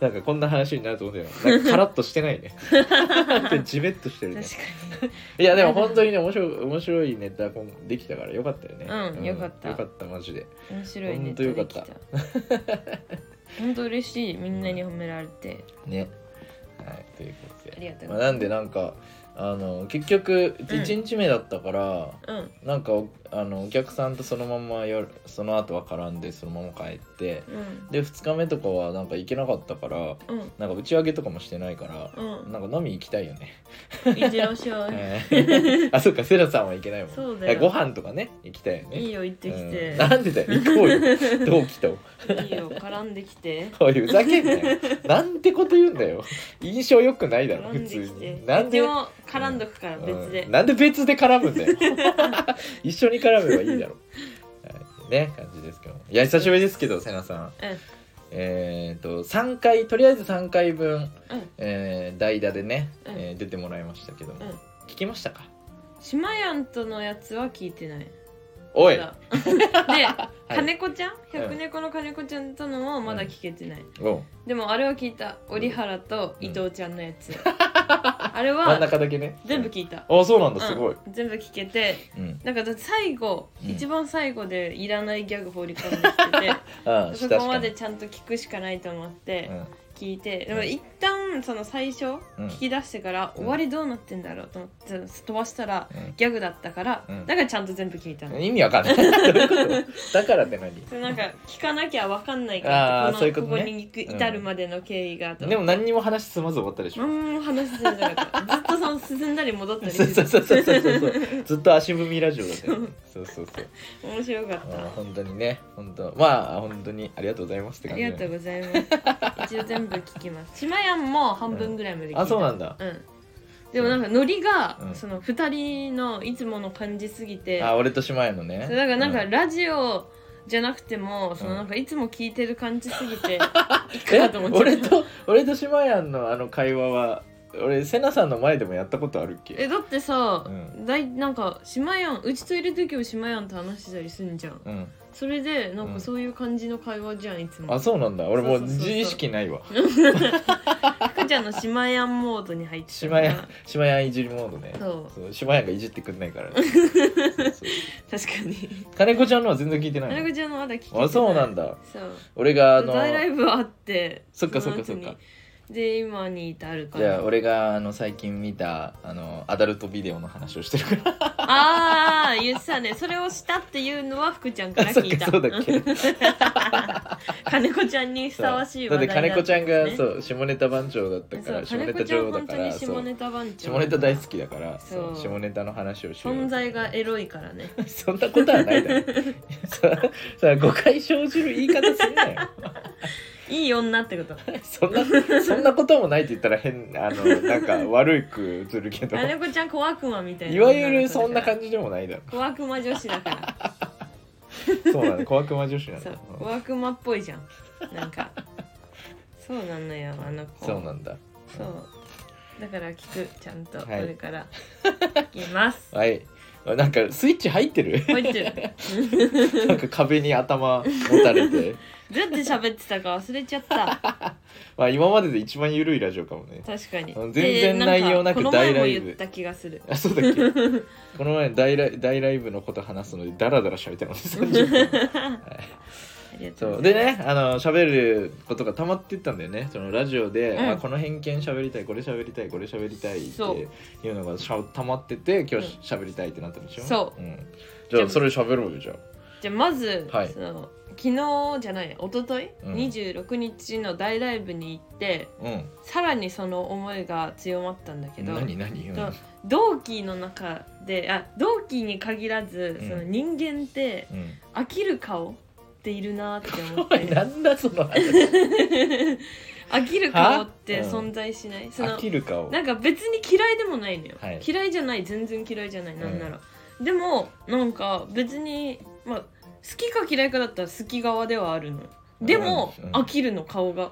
なんかこんな話になると思ってたよなんかカラッとして ないねなんかジメッとしてるね
確かに
いやでも本当にね面白い面白いネタこんできたからよかったよね。
うんよかった
よかったマジで。
面白い
ほ
ね
んとよかった
できほんと嬉しいみんなに褒められて
ね。はいということで。
ありがとうご
まあ
ざいます
なんでなんかあの結局
うん
一日目だったから、
うん
なんかおあのお客さんとそのまま夜その後は絡んでそのまま帰って
うん
で2日目とかはなんか行けなかったから
うん
なんか打ち上げとかもしてないから。
うん
なんか飲み行きたいよね。
いってらっ しゃい
はい あ、そっか、セラさんは行けないもん。
そうだよ
ご飯とかね、行きたいよね。
いいよ行ってき
う
て
ん、なんでだよ行こうよ 同期と
いいよ絡んできて
こういうふざけんなよなんてこと言うんだよ印象良くないだろ
絡ん
普
で
通
きて
になんで
うちも絡んどくから別で、
うんなんで別で絡むんだよ 一緒に絡めばいいだろはいね感じですけどもいや久しぶりですけど瀬名さん
うん
えっ、と3回とりあえず3回分、
うん
えー代打でね、
うん
えー出てもらいましたけども、
うん
聞きましたか
しまやんとのやつは聞いてない
おい、
ま
は
だで
い、
金子ちゃん
ん
百猫の金子ちゃんとのもまだ聞けてない、
おう
でもあれは聞いた折原と伊藤ちゃんのや つ、あれ
真ん
は
中だけね
全部聞いた、
あそうなんだすごい、
うん全部聞けて
うん
なんかだって最後、
うん
一番最後でいらないギャグ放り込んできて
あ
て
し
そ
た
こまで
し
ちゃんと聞くしかないと思ったて
うん
聞いて、
う
で
ん
も一旦その最初
うん
聞き出してから、
うん
終わりどうなってんだろうと思って飛ばしたら
うん
ギャグだったから、
うん
だからちゃんと全部聞いたの。
意味わかんない。どういうことだからって何
それなんか聞かなきゃわかんないか
あー
ら
そう
の
いうことね
こに行く至るまでの経緯がと、
でも何にも話進まず終わったでしょ。
何も話せてなかったずっとその進んだり戻ったり
そうそうそうそうそうそう。ずっと足踏みラジオだったよね。そうそうそう。
面白かっ
あー
た
本当にね、本当まあ本当にありがとうございますって
あ
感じ
り
だ
が
よ
とう
ね。
ございます。一応全部聞きます。島やんも半分ぐらいまで聞いた。
あ、そうなんだ。
うん。でもなんかノリが、
うん
その二人のいつもの感じすぎて、
あ、俺と姉妹のね。
そうだからなんか
う
ラジオじゃなくてもそのなんかいつも聞いてる感じすぎ ていく
え
かと思っちゃ
俺
った
と俺と島やんのあの会話は俺セナさんの前でもやったことあるっけ
えだってさ、
う
だいなんか島やんうちといる時も島やんと話してたりすんじゃん
うん、
それでなん
う
か
ん
そういう感じの会話じゃんいつも
あそうなんだ俺もう
そうそうそうそう
自意識な いわ
福ちゃんの島やんモードに入ってた
島やん島やんいじりモードね
そう
そう島やんがいじってくんないから、 ね、そうそう
確かに
金子ちゃんのは全然聞いてな
田
い
中ちゃんのまだ聞いて
のあそうなん
だ
だ
そう
俺があの
大ライブはあって
そっか
の後に
そっかそっか
で今に至るか
じゃあ
ら
俺があの最近見たあのアダルトビデオの話をしてるから
ああ言ってたねそれをしたっていうのは福ちゃんから
あそっ
聞い
か
た
そうだっけ
金子ちゃんにふさわしい話題
だって金子ちゃんが
う
そう下ネタ番長だったか
そう
ら下
金
ネ
子
タ
ちゃん
女王だ
本
か
当に
ら
下
そう
ネタ番長
下ネタ大好きだから
そう
そう下ネタの話をしよう
存在がエロいからね
そんなことはないだろ ささ誤解生じる言い方すんなよ
いい女ってこと
そんなそんなこともないって言ったら変あのなんか悪くずるけど
金子ちゃん小悪魔みたいない
わゆるそんな
じ
感じでもないだろ
小悪魔女子だから
そうなの小悪魔女子なん
そ
だ
う、小悪魔っぽいじゃん。なんか。そうなのよ、あの子。
そうなんだ
そうだから聞く、ちゃんと、こ
はい
れから。聞きます。
はいなんかスイッチ入っ てる
もう一度
なんか壁に頭持たれて
どうやって喋ってたか忘れちゃった。
まあ今までで一番緩いラジオかもね
確かに。
全然内容な
で
く
んかこの前
大ラ
も
イブ
言った気がする。
あそうだっけこの前大ラ大ライブのこと話すのでダラダラ喋ってます
ありがとう
そ
ご
う
ざ
で
います。
ねあの喋ることが溜まってったんだよねそのラジオで、
うん
あこの偏見喋りたいこれ喋りたいこれ喋りたいって
そ
いうのがしゃ溜まってて今日し喋りたいってなったんでしょ
そ
うん、じゃあそれ喋ろうよじゃ
じゃあまず、
はい
その昨日じゃない、一昨日、
うん
26日の大ライブに行って、
あうん
さらにその思いが強まったんだけど、
何何、うん
そう同期の中であ同期に限らず、
うん
その人間って
うん
飽きる顔っているなって思っ
おいな
て
んだその話
飽きる顔って
は
存在しない、そ
飽
の
きる顔
なんか別に嫌いでもないのよ、
はい
嫌いじゃない全然嫌いじゃないなんなら、でもなんか別にまあ好きか嫌いかだったら好き側ではあるのでも、
うんうん
飽きるの顔 が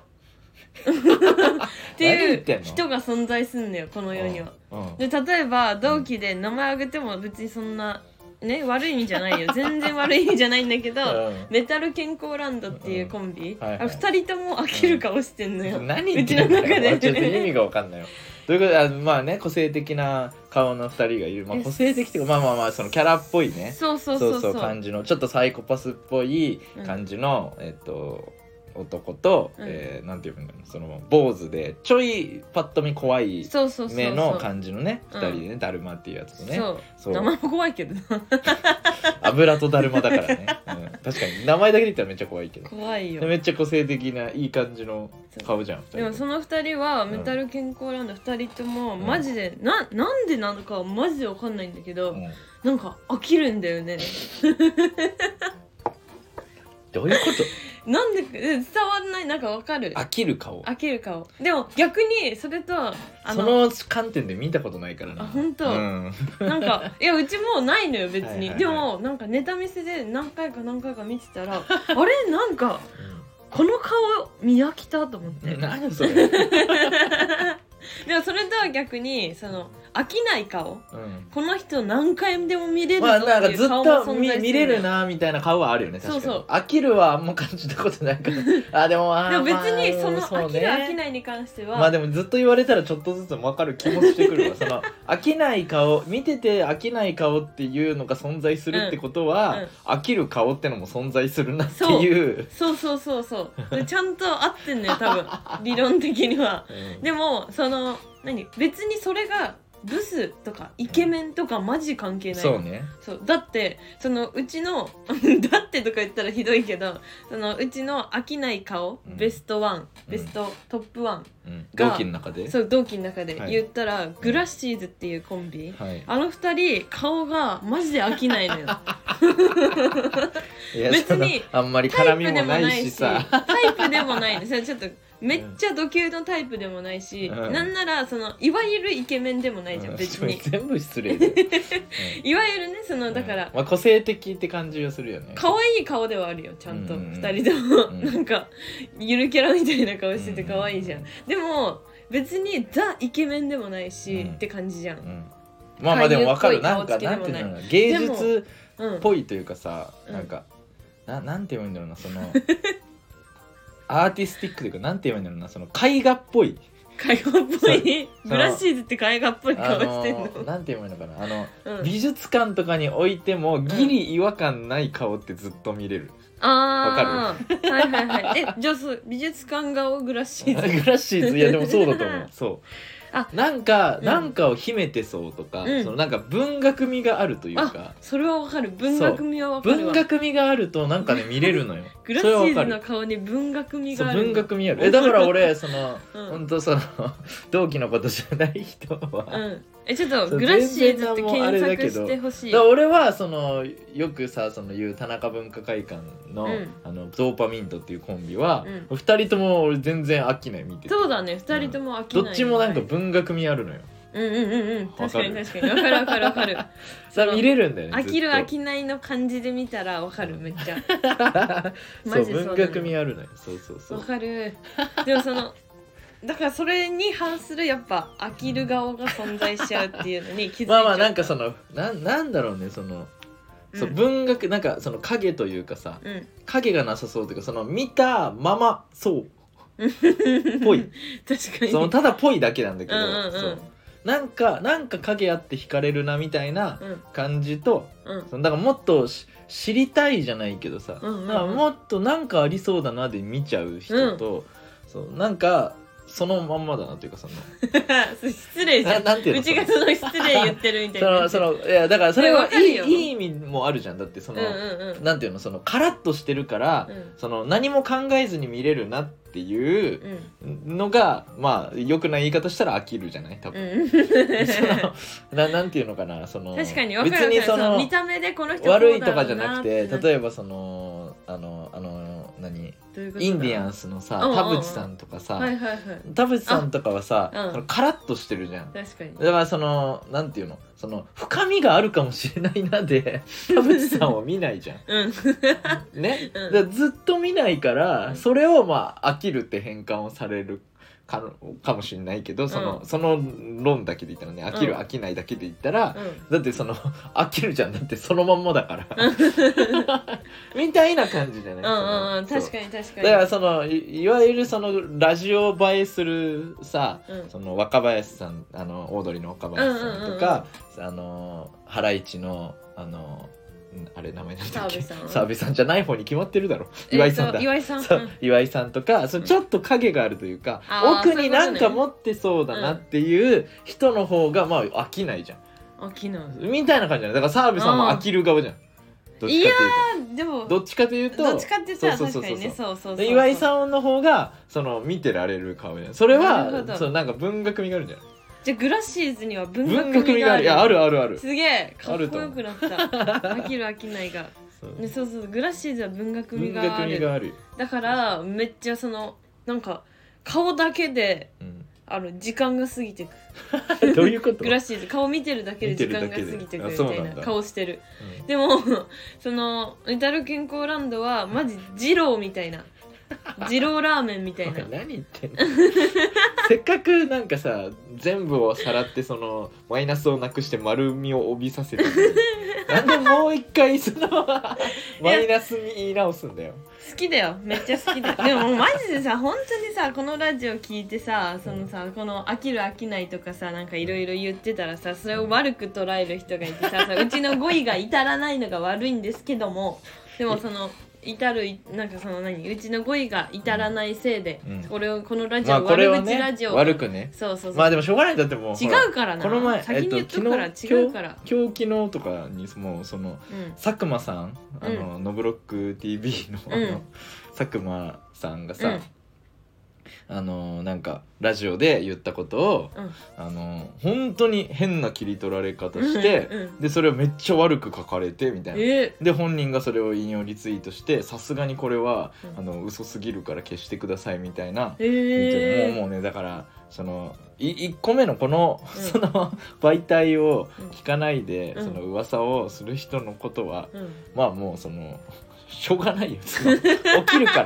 って
何
い
言ってん
う
の
人が存在すんだよこの世には。
うん
で例えば同期で名前挙げても別にそんなね悪い意味じゃ ないよ全然悪い意味じゃないんだけど、
うん
メタル健康ランドっていうコンビ、
はいはい
あ二人とも飽きる顔してんのよ、
何言
う
っ
ち
てんだ
の
よ
中で
ちょっと意味がわかんないよ。ということであまあね個性的な顔の2人がいる、まあ、
え
個性的っていうかまあまあまあそのキャラっぽいね
そうそうそうそう
感じのちょっとサイコパスっぽい感じの、えっと男と、
うん
えーなんていうんだろうその坊主でちょいパッと見怖い
そうそうそうそう
目の感じのね
うん
二人でねだるまっていうやつとね
そう
そう
名前も 怖いけどな
油とだるまだからね、うん確かに名前だけで言ったらめっちゃ怖いけど
怖いよ
めっちゃ個性的ないい感じの顔じゃん
でも
二人と
その二人は
ん
メタル健康ランド二人とも
ん
マジで、ななんでなのかはマジでわかんないんだけど、
もうん
なんか飽きるんだよね
どういうこ
なんでえ伝わんないなんかわかる
と飽きる顔
飽きる顔でも逆にそれとあ
そ
の
の観点で見たことないからな
あ本当
うん
なん かいやうちもうないのよ別に、
はいはいはい
でもなんかネタ見せで何回か何回か見てたらあれなんかこの顔見飽きたと思っ
う
て
ん何それ、
でもそれとは逆にその飽きない顔
うん
この人何回でも見れるぞ
まあ
って
なんか
い
ず
う
っ
顔も存在す
と
るの
見
よ
見れるなみたいな顔はあるよね確かに
そうそう
飽きるはあんま感じたことないから あでもあ
でも別
ま
に
あ
その
そ
飽
う
き
ね
る飽きないに関しては、
まあでもずっと言われたらちょっとずつ分かる気もしてくるわ その飽きない顔見てて飽きない顔っていうのが存在するってことは、
うんうん
飽きる顔ってのも存在するなっていう
そうそうそうそうでちゃんと合ってん のよ多分理論的には
うん
でもその何別にそれがブスとかイケメンとかマジ関係ない、
そうね
そうだってそのうちの だってとか言ったらひどいけどそのうちの飽きない顔、
うん
ベストワンベスト、トップワン
うん
が
同期の中で
そう同期の中で
はい
言ったら、グラッシーズっていうコンビ、
はい
あの二人顔がマジで飽きないの よ
いや
別に
そのあんまり
タ
絡
イプで
みも
もな
ないい
し
し
タ
さ
イプでもないのそれちょっとめっちゃド級のタイプでもないし、
うん
なんならそのいわゆるイケメンでもないじゃん、
うん
別
それ
に
全部 失礼だよ、
いわゆるねその
うん
だから、
まあ、個性的って感じがするよね
可愛い顔ではあるよちゃんと、
うん
二人とも、
う ん
なんかゆるキャラみたいな顔してて可愛いじゃん、
う
でも別にザイケメンでもないし、
う
っ
ん
て感じじゃ、
うんんまあまあでもわかるなんか
俳優っぽい
なん
顔
ていうのかな芸
でも
術
うん
っ、ぽいというかさ、
うん
なんかななんて言えばいいんだろうなその アーティスティックというかなんて言えばいいんだろうなその絵画っぽい
絵画っぽい
そう
ブラシーズって絵画っぽい
あ
顔してんの、
のなんて言えばいいのかなあの、
うん
美術館とかに置いてもギリ違和感ない顔ってずっと見れる、
ああはいはいはいえじゃあそう美術館顔ブラシーズ
グラシ ーズいやでもそうだと思うそう
あ
なんか、
うん
なんかを秘めてそうとか、
うん
そのなんか文学味があるというか
それはわかる文学味はわかる
文
わ
学味があるとなんかね見れ るのよ
グラシ
それはわ
ー
か
ズ
る
の顔に文学味
そう
がある
文学味あるえだから 俺その、
うん
本当その同期のことじゃない人
う
は、
んえちょっと
そう
グラシーズって
全然あれだけ
検索
ど
してほし
だ
い
から俺はそのよくさその言う田中文化会館の,、
うん
あのドーパミントっていうコンビは、
う
二人とも俺全然飽きない見てて
そうだね二人とも飽きない、
どっちもなんか文学味あるのよ
うんうんうんうん
わ
確
か
か
る
に確かにわかるわかるわかる
さ
その
見れるんだよね
飽きる
ずっ
飽
と
きないの感じで見たらわかるめっ ちゃ
そ
マ
う
ジそうなの
文学味あるのよそうそうそ
わ
う
かる でもそのだからそれに反するやっぱ飽きる顔が存在しちゃうっていうのに気づいちゃ
ま
う
あ まあなんかそのなんなんだろうねその、そう文学なんかその影というかさ
うんうん
影がなさそうというかその見たままそうぽい
確かに
そのただぽいだけなんだけど、
うんうんうん
そうなんかなんか影あって惹かれるなみたいな
うん
感じと
うん
そのだからもっとし知りたいじゃないけどさ、
うんうんうん
だからもっとなんかありそうだなで見ちゃう人と、そうなんかそのまんまだなというかその
失礼じゃ
なんなんていう
う
の
ちがその失礼言ってるみたい
その
な
そのいやだからそれ
や
はい
わか
い
るよ
いい意味もあるじゃんだってそ
うん
の、
うんうん
なんていうのそのカラッとしてるから、
うん
その何も考えずに見れるなっていう
うん
のがまあ良くない言い方したら飽きるじゃない多分、
うん
その ななんていうのかなその
確かに分かる分
別に
かるそ
その
の見た目でこの人
悪いとかじゃなくて例
え
えばそのあのあの何
ば
インディア
ン
ンスのさ
うんうんうん
田淵さんとかさ、
はいはいはい
田淵さんとかはさ、
あうん
そのカラッとしてるじゃん。
確かに
だからそのなんていうのその深みがあるかもしれないなで田淵さんを見ないじゃん。
うん
ね、
うん
だからずっと見ないから、
うん
それをまあ飽きるって変換をされるかのかもしれないけどその,、
うん
その論だけで言ったらね飽きる、
うん
飽きないだけで言ったら、
うん
だってその 飽きるじゃんだってそのまんま だからみたいな感じじゃない
うんうんうん
その
確かに確か
そう
に
だからそのいいわゆるそのラジオ映えするさ
うん
その若林さんあのオードリーの若林さんとか、あのハライチのあのんあれ名前なんだっけ
澤部さん
澤部さんじゃない方に決まってるだろ
えーと
岩井さんだ、
岩井さん
そう
うん
岩井さんとかそのちょっと影があるというか、
あー
奥になん
そうい
か
うことね
持ってそうだなっていう人の方がまあ飽きないじゃん
あ昨日
みたいな感じじゃないだから澤部さんも飽きる側じゃんどっちか
でも
というとどっちかというと
どっちかって言ったら
そうそ
確
う
かに
そうそう
ねそうそうそう
で岩井さんの方がその見てられる顔じゃんそれ
なるほ
は
ど
そうなんか文学味があるんじゃん
じゃあグラシーズには文
文
学
学
味
味
が
があ
あ
る
る
いやあるあるある
すげえかっ
あ
こ
ると思
よ
う
くなった飽きる飽きないが、
そう
ね、そうそうグラシーズは文学味
文
が
学
あ
味
る
がある
だからめっちゃそのなんか顔だけで
うん
あの時間が過ぎてく
どうい うこと
グラシーズ顔見てるだけで時間が過ぎ
見
て
てる
く
だけであ
み
そうな
た
んだ
いな顔してるでもそのメタル健康ランドはマジ二郎みたいな二郎ラーメンみた
うん
い
お
な
前何言ってん のせっかくなんかさ全部をさらってそのマイナスをなくして丸みを帯びさせてるの になんでもう一回そのマイナスに言い直すんだよ
好きだよめっちゃ好きだ よでももうマジでさ本当にさこのラジオ聞いてさそのさこの飽きる飽きないとかさなんかいろいろ言ってたらさそれを悪く捉える人がいて ささうちの語彙が至らないのが悪いんですけどもでもその至るいなんかその何うちの語彙が至らないせいで、
うん
これをこのラジオ、
まあこれは
悪口ラ
ね
ジオ
悪くね
そうそうそう、
まあでもしょうがないんだってもう
違
ほら
うからな
この前
先に言っとくから、
えっと昨日
違うから
今日昨日とかにもうその
うん
佐久間さんあの、ノブロック TV の,、
うん
あの佐久間さんがさ、
うん
あのなんかラジオで言ったことを、
うん
あの本当に変な切り取られ方して、
うんうん
でそれをめっちゃ悪く書かれてみたいな。
え
で本人がそれを引用リツイートしてさすがにこれは、
うん
あの嘘すぎるから消してくださいみたいな、
え
もうもうねだからそのい1個目のこの、
うん
その媒体を
うん
聞かないで、
うん
その噂をする人のことは、
う、
まあもうそのしょうがないよ その起きるか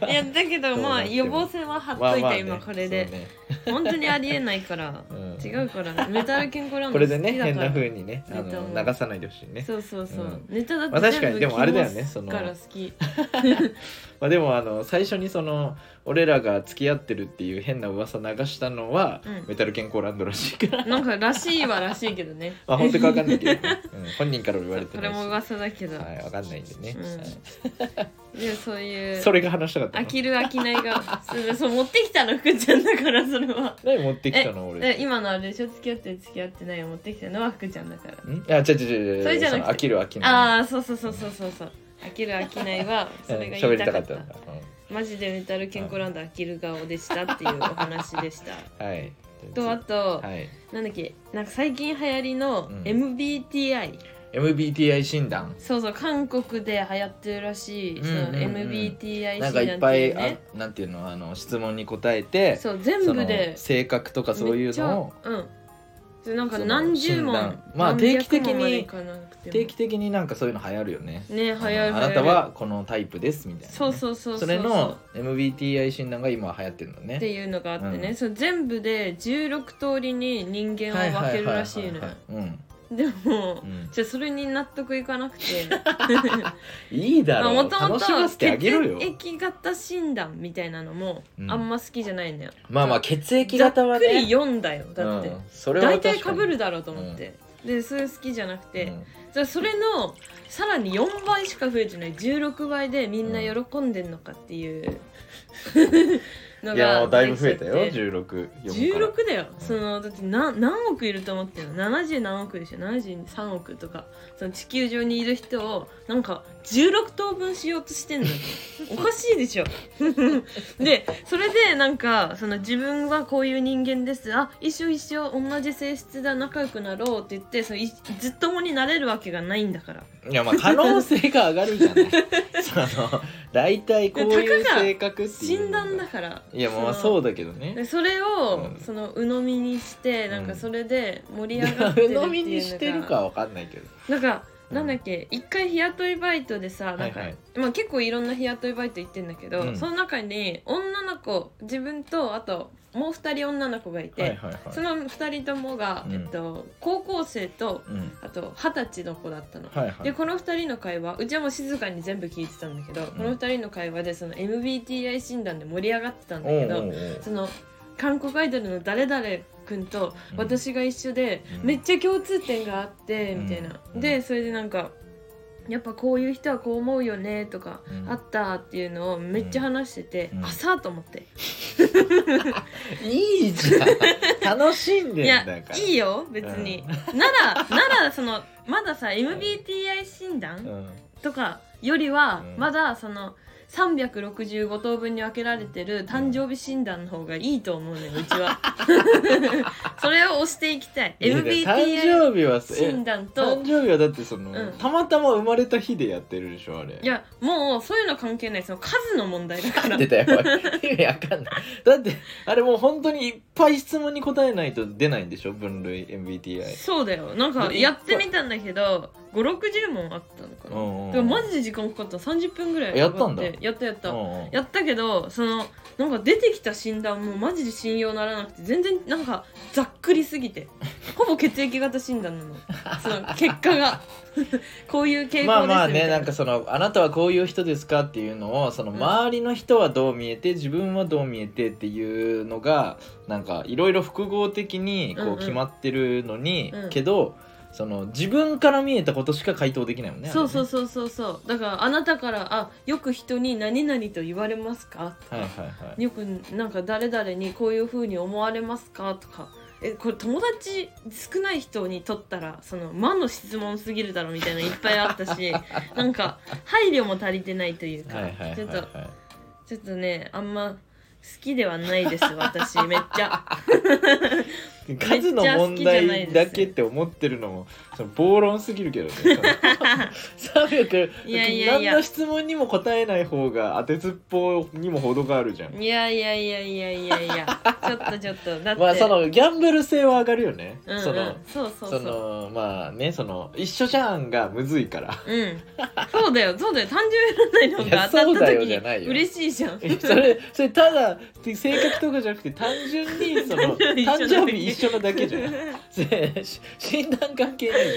ら
ん、いやだけど
そう
ま あ
なっても
予防線は張っ
まあ
とい
まあ
て
ね
今これで、
そうね
本当にありえないから
うん
違うからねメタル健康ラン
こ
ド
れ
好きだ
で
から
ね変な風にねあ
いいと思
の
う
流さないでほしいね
そうそうそう、
うん
ネタだって
まあ確かにでもあれだよね
全部
その
から好き
まあでもあの最初にその俺らが付き合ってるっていう変な噂流したのは、
うん
メタル健康ランドらしいから
なんからしいはらしいけどね
ま あ本当かわかんない けど、ねうん、本人からも言われて
こ
な
れ
いし
も噂だけど、
はいわかんないんでね、
うん
はい
でそういう
それが話したかった
飽
の
きる飽きないがそうそう持ってきたの福ちゃんだからそれは
何持ってきたの俺
え今のあれでしょ付き合ってる付き合ってないを持ってきたのは福ちゃんだから
んあ違う違う違う
それじゃなくて
の飽きる飽きない
ああそうそうそうそうそうそう飽きる飽きないはそ
うん
れが言
喋
い
り
たか
たか
っ
った
た,、
んだ、
マジでメタル健康ランド飽きる顔でしたっていうお話で した
うん、はい
とあと、
はい
なんだっけなんか最近流行りの
うん
MBTI、
MBTI 診断
そうそう韓国で流行ってるらしい、
うんうんうん
その MBTI 診断っ
なんか
て
い
い
っぱいうあ
ね
なんていうのあの質問に答えて
そう全部
そ
で
の性格とかそういうのを
めっちゃうんそれなんか
その
何十問
診断まあ
何百
定期的に
問までいかなくても
定期的になんかそういうの流行るよね
ね流行る流行
あ
る
のあなたはこのタイプですみたいなね、
そうそうそうう
それの MBTI 診断が今流行ってるの
っ
ね
ていうのがあってね、
うん
そう全部で16通りに人間
はい
を
は
分け
い
る
は
らしいのよ
はうん
でも、
うん
じゃあそれに納得いかなくて
いいだろ
も
う
とも
楽しま
と
せ
血
てあげろよ
液型診断みたいなのも
うん
あんま好きじゃないんだよ、
まあまあ血液型は
ざっくり
ね
読んだよだって、
うん、それは
大
確か
体
に
かぶるだろうと思って、でそれ好きじゃなくて、
うん
じゃあそれのさらに4倍しか増えてない16倍でみんな喜んでんのかっていうのが
いやもうだいぶ増えたよ
できちゃって
16
16だよ、
ん
そのだってな何億いると思ってるの70何億でしょ73億とかその地球上にいる人をなんか16等分しようとして んのおかしいでしょ でそれでなんかその自分はこういう人間ですあ一緒一緒同じ性質だ仲良くなろうって言ってそのいずっともになれるわけがないんだから
いやまあ可能性が上がるじゃない その大体こういう性格っていう
診
のが
断だから
いやまあまあ
その
そうだけどね
でそれを、
うん
その鵜呑みにしてなん
う
か
ん
それで盛り上がってる っていうの
鵜
が
呑みにしてるかはわ かんないけど
なんか、
うん
なんだっけ一回日雇いバイトでさなんか、
はいはい
まあ、結構いろんな日雇いバイト行ってんだけど、
うん
その中に女の子自分とあともう2人女の子がいて、
はいはいはい
その2人ともが、
うん
えっと、高校生と
うん
あと二十歳の子だったの。
はいはい
でこの2人の会話うちはもう静かに全部聞いてたんだけど、この2人の会話でその MBTI 診断で盛り上がってたんだ
おう
け
お
ど
うおう
その韓国アイドルの誰々君と
うん
私が一緒で、
うん
めっちゃ共通点があって、
うん
みたいな、
うん
でそれでなんかやっぱこういう人はこう思うよねとか、
うん
あったっていうのをめっちゃ話してて、
うん
あさあと思って、
いいじゃん楽しんでん
いや
だから
いいよ別に、 ならならそのまださ MBTI 診
う
断
ん
とかよりは、
うん
まだその365等分に分けられてる誕生日診断の方がいいと思うの ようちは それを押していきたい
いや
MBTI
誕生日はえ
診断と
誕生日はだってその、
うん
たまたま生まれた日でやってるでしょあれ
いやもうそういうの関係ないその数の問題だから
出たよおい意味わかんないだってあれもう本当にいっぱい質問に答えないと出ないんでしょ分類 MBTI
そうだよなんか
で
やってみたんだけど560問あったのか
う
な、
んうん
でもマジで時間かかった30分ぐらい
やったんだ
かかてやったやった、
うんうん
やったけどそのなんか出てきた診断もマジで信用ならなくて全然なんかざっくりす ぎてほぼ血液型診断なのその結果 がこういう傾向ですみたいな
まあまあねなんかそのあなたはこういう人ですかっていうのをその
うん
周りの人はどう見えて自分はどう見えてっていうのがなんかいろいろ複合的に
うん
こ
う
うん決まってるのに、
うん
けどその自分から見えたことしか回答できないもんね。
そうそう
う
そうそうそうだからあなたから「あよく人に何々と言われますか?」とか、
はいはいはい。
よくなんか誰々にこういう風に思われますかとかえこれ友達少ない人にとったらその魔の質問すぎるだろみたいなのいっぱいあった しなんか配慮も足りてないというか、
はいはいはい
ちょっと
は
ちょっとねあんまきではないです私めっちゃ
数の問題だけって思ってるのもその暴論すぎるけど ねその300
いやいやいや
何の質問にも答えない方が当てずっぽうにも程があるじゃん
いやいやいやいやいやいやちょっとちょっとだって、
まあそのギャンブル性は上がるよね、
うんうん、
その
そうそうそ
そうのまあねその一緒じゃんがむずいから
うん、そうだよそうだよ単純占いの方が当たっ
いやそうだ
た
よ
時
じゃないよ
嬉しいじゃ ん
それそれただ性格とかじゃなくて単純にその
一緒なだけ
誕生日一緒なだけじゃん し診断関係ないじ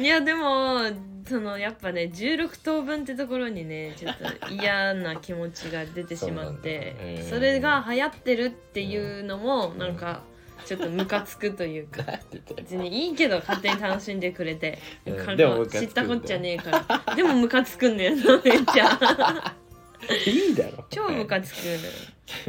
ゃん
いやでもそのやっぱね16等分ってところにねちょっと嫌な気持ちが出てしまっ
そうなんだ
て
へー
それが流行ってるっていうのもなんかちょっとムカつくというか
なんて言ったら
別にいいけど勝手に楽しんでくれて
うん
か
でもムカつくん
知
だ
ったこっちゃねえからでもムカつくんだよなめっちゃ
いいだろ
超ムカつくのよ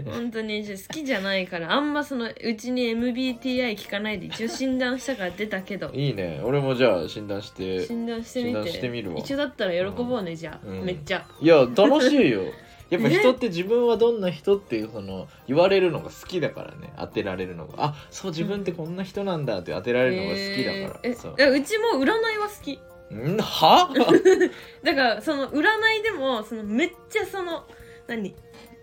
本当に好きじゃないからあんまそのうちに MBTI 聞かないで一応診断したから出たけど
いいね俺もじゃあ診断して
診断してみ
診
て
断してみるわ
一緒だったら喜ぼうね、じゃあ、
うん
めっちゃ
いや楽 しいよやっぱ
ね
人って自分はどんな人っていうその言われるのが好きだからね当てられるのがあそう自分ってこんな人なんだって当てられるのが好きだから、
えー
そう
えうちも占いは好き
んは
だからその占いでもそのめっちゃその何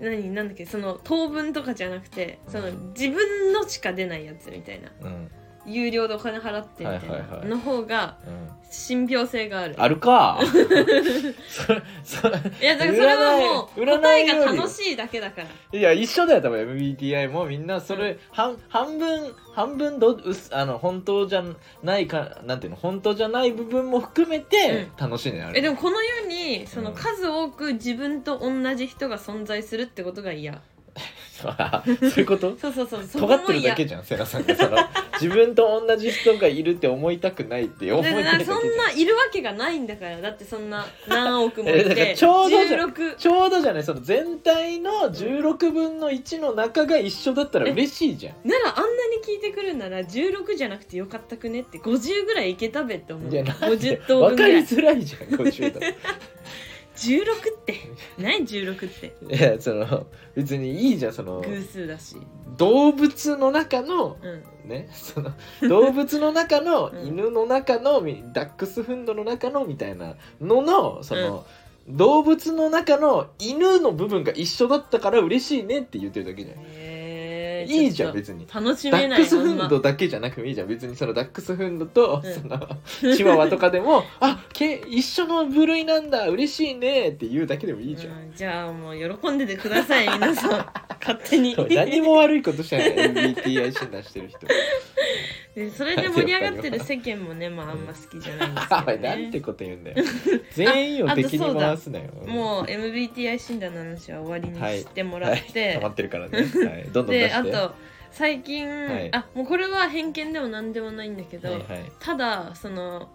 何なんだっけその当分とかじゃなくてその自分のしか出ないやつみたいな
うん、
有料でお金払ってみたいな、
はいはいはい
の方が
うん、
信憑性がある
あるか そそ
いやだからそれはもう
占い
答えが
占いより
楽しいだけだから
いや一緒だよ多分 MBTI もみんなそれ、半半分半分どうすあの本当じゃないかなんていうの本当じゃない部分も含めて楽しいね、あれ
えでもこの世にその
うん
数多く自分と同じ人が存在するってことが嫌
あ そう いうこと
そうそうそうそこ
尖っ
も
てるだ
嫌
けじゃんセラさんがその自分と同じ人がいるって思いたくないって思
だ
いた
か
いだ
ら
けじ
そん
ゃん
ないるわけがないんだからだってそんな何億もい
えだか
て
らちょうどじゃん
16
ちょうどじゃないその全体の16分の1の中が一緒だったら嬉しいじゃん
ならあんなに聞いてくるんなら16じゃなくてよかったくねって50ぐらいいけたべって思う
いやなんで
50等分
分
ぐ
からり
い
づらいじゃん50だと
16って 何16って
いやその別にいいじゃんその
偶数だし
動物の中の
うん
ねその動物の中の
うん
犬の中のみダックスフンドの中のみたいなののその、動物の中の犬の部分が一緒だったから嬉しいねって言ってるだけじゃない、
へー
いいじ
ちょっ
ゃん
と
別に。
楽し
ダ
め
ッ
な
ク
い
ス
ほ
フ
ん
ン
ま
ドだけじゃなくていいじゃん別にそのダックスフンドと、
うん
そのチワワとかでも「あけ一緒の部類なんだ嬉しいね」って言うだけでもいいじゃん、
うんじゃあもう喜んでてくだ さい皆さん勝手に
そう何も悪いことしてない MBTI 診断してる人
でそれで盛り上がってる世間もねまああんま好きじゃないんですけ
おい
ど、
な
ね
んてこと言うんだよ全員を敵に回すなよ
もう MBTI 診断の話は終わりにしてもらって、
溜まってるからね、はい、どんどん出
で
し
あ
て
と最近、
はい
あもうこれは偏見でも何でもないんだけど、
はいはい
ただその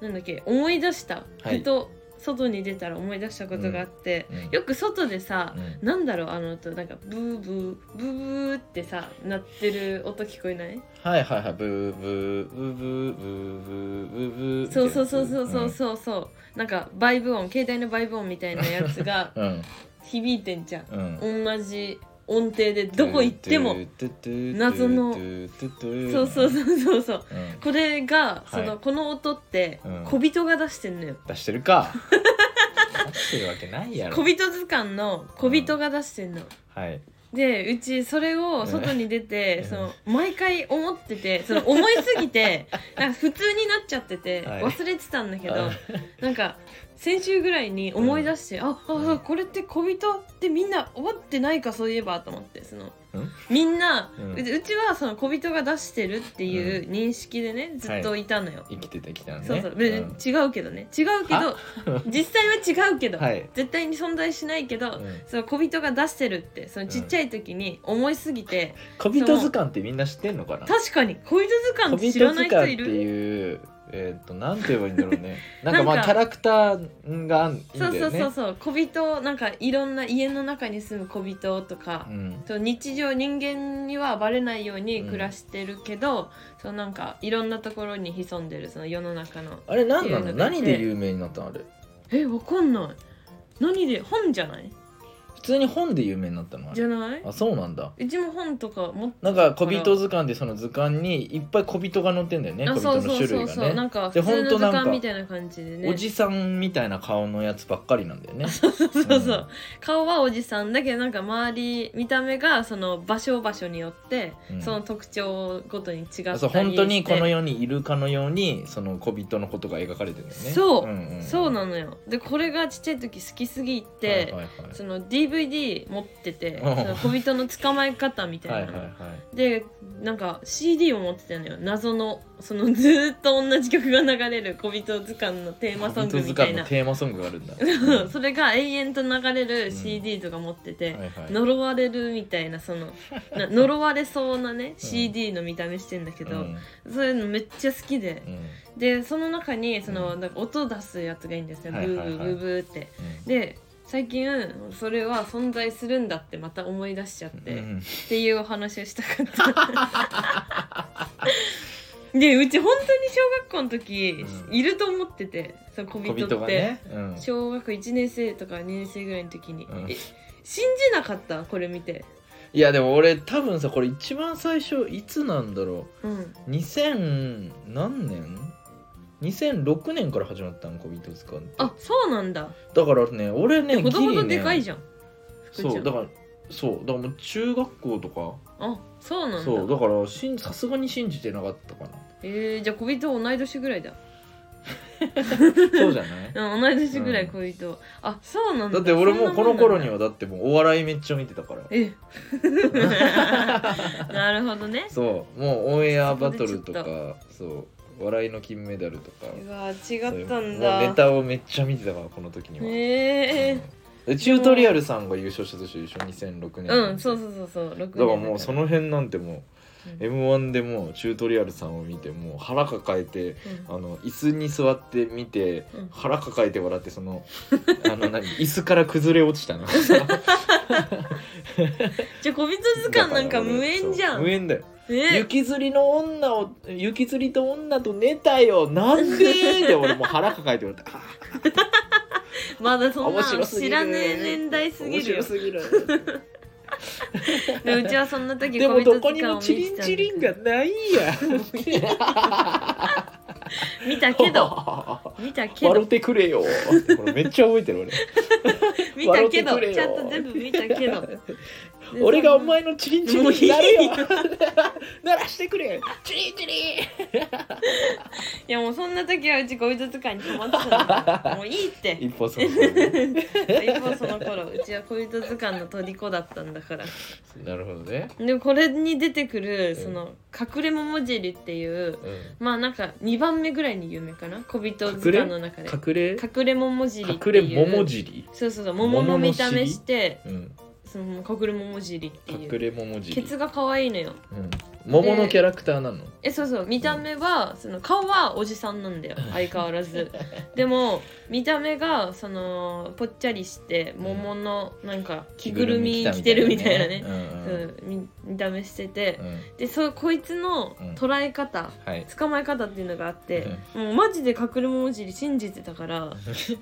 なんだっけ思い出した、
はい
ふと外に出たら思い出したことがあって、
うんうん
よく外でさ、
うん
なんだろうあの音なんかブーブーブーブーってさ鳴ってる音聞こえない
はいはいはいブーブーブーブーブーブーブーブー
そうそうそうそうそうそうそう、なんかバイブ音携帯のバイブ音みたいなやつが
うん
響いてんじゃん
うん
同じ音程でどこ行っても謎
謎
のそうそう
う、
そうそうそう
うん、
これが
い
その、この音って
うん
小人が出してんのよ
出してるか出してるわけないやろ
小人図鑑の小人が出してんの、
はい
でうちそれを外に出て
うん
その毎回思っててその思いすぎ てなんか普通になっちゃってて
はい
忘れてたんだけど、
あ
なんか先週ぐらいに思い出して、ああこれって小人ってみんな思ってないかそういえばと思ってその
うん
みんな、
う
うんうちはその小人が出してるっていう認識でねずっといたのよ。
生きててきたね
そうそう、
う
別
ん
に違うけどね違うけど実際は違うけど、
はい
絶対に存在しないけど、
うん
その小人が出してるってそのちっちゃい時に思いすぎて、
小人図鑑ってみんな知ってんのかな
確かに小人図鑑
小
って
人
知
図
らない
鑑
人
っ
い
て
る
いうえっ、となんて言えばいいんだろう ねなん
な
か
ん
ま
か
あキャラクターがあんいいんだ
そう
よね
そうそうそう小人なんかいろんな家の中に住む小人とか、
うん
と日常人間にはバレないように暮らしてるけど、そのなんかいろんなところに潜んでるその世の中の
あれ何な
ってい
の
うのがいて
何で有名になったのあれ
えわかんない何で本じゃない
普通に本で有名になったのあれ
じゃない
あそうなんだ
うちも本とか持って
なんか小人図鑑でその図鑑にいっぱい小人が載ってんだよね
あ
小
そう
人の
そう
種
そ
類
う
が
そう
ね
なんか
で
普通の図
ほんとなんか
鑑みたいな感じでね
おじさんみたいな顔のやつばっかりなんだよ ね
そうそうそう、
うん
顔はおじさんだけどなんか周り見た目がその場所場所によって、
うん
その特徴ごとに違ったりして
そう本当にこの世にいるかのようにその小人のことが描かれてるんだよね
そう
うんうん
そうなのよでこれがちっちゃい時好きすぎて、
はいはい
その DVD 持ってて
うん
その小人の捕まえ方みたいない
は
の、
はいはいはい
でなんか CD を持ってたのよ謎のそのずーっと同じ曲が流れる小人図鑑のテーマソングみたい
小人図鑑の
な
テーマソングがあるんだ
それが永遠と流れ
ん
る CD とか持ってて、
はいはい
呪われるみたいなそのな呪われそうなね CD の見た目してんだけど、そういうのめっちゃ好きで
うんうん
でその中にその、
うん
なんか音出すやつがいいんですよ、
はいはいはい
ブーブーブーブーって。で最近それは存在するんだってまた思い出しちゃっ
う
て、っ
ん
ていうお話をしたかった。 でうち本当に小学校の時、
うん
いると思っててその小
小
人って
人がねうん
小学1年生とか2年生ぐらいの時に、
うん
え信じなかったこれ見て、
いやでも俺多分さこれ一番最初いつなんだろ
うん、
う2000何年2006年から始まったの小人図鑑って
あそうなんだ
だからね俺ね
子供
ギリ
と
ね
でかいじゃん、福ちゃん
そうだからそうだからもう中学校とか
あそうなんだ
そうだからしんさすがに信じてなかった かな
えー、じゃあ小人同い年ぐらいだ
そうじゃな
う
い
ん同い年ぐらい小人、あそうなんだ
だって俺もうこの頃に
は
はだってもうお笑いめっちゃ見てたから
え なるほどね
そうもうオンエアバトルと
そこ
かそう笑いの金メダルとか
うわ違
そ
っ
ういう
たん
もうネ
だ
タをめっちゃ見てたからこの時には、
え
うんでチュートリアルさんが優勝した年でしょ2006
ー、
年
うんそうそうそうそう6年
だからもうその辺なんても
うん
う m 1でもうチュートリアルさんを見てもう腹抱えて
うん
あの椅子に座って見て
うん
腹抱えて笑ってそのあの何椅子から崩れ落ち たの
じゃあ小人図鑑なんか無縁じゃ
そうん無
え
縁だよ
ー
雪釣りの女を雪釣りと女と寝たよなんでで俺もう腹抱えて笑ってあ
まだ
ー
そん
面
な
白
の
すぎ
知
る
らねえ年代すぎるよ
面白すぎる
でうちはそんな時
で
小
も
人
どこ
図
に
鑑を
も
見
チリ
て
ン
た
チリンがないや
見たけど見たけ
笑っ
ど
てくれよこれめっちゃ覚えてる
見たけ
笑ってく
ど
れよ
ちゃんと全部見たけど
俺 俺がお前のチリンチリンになるよ鳴らしてくれチリンチリン
いやもうそんな時はうち小人図鑑にハマって たのもういいって
一歩そうそう
一方その頃うちは小人図鑑の虜だったんだから
なるほどね
でもこれに出てくる
うん
その隠れ桃尻っていう
うん
まあなんか2番目ぐらいに有名かな小人図鑑の中で
隠れ
隠れ桃尻って
隠
い
れ
う
桃尻
そうそうそう桃の見た目して
うん
その隠れ桃尻っていう
隠れ桃尻
ケツが可愛いのよ
うん桃のキャラクターなの
えそうそう見た目は、その顔はおじさんなんだよ相変わらず でも見た目がそのぽっちゃりして桃のなんか着ぐるみ着てるみたいなね
うんうん
そう見見た目してて
う、ん
でそうこいつの
うん
捉え方、
はい
捕まえ方っていうのがあって、もうマジで隠れ桃尻信じてた から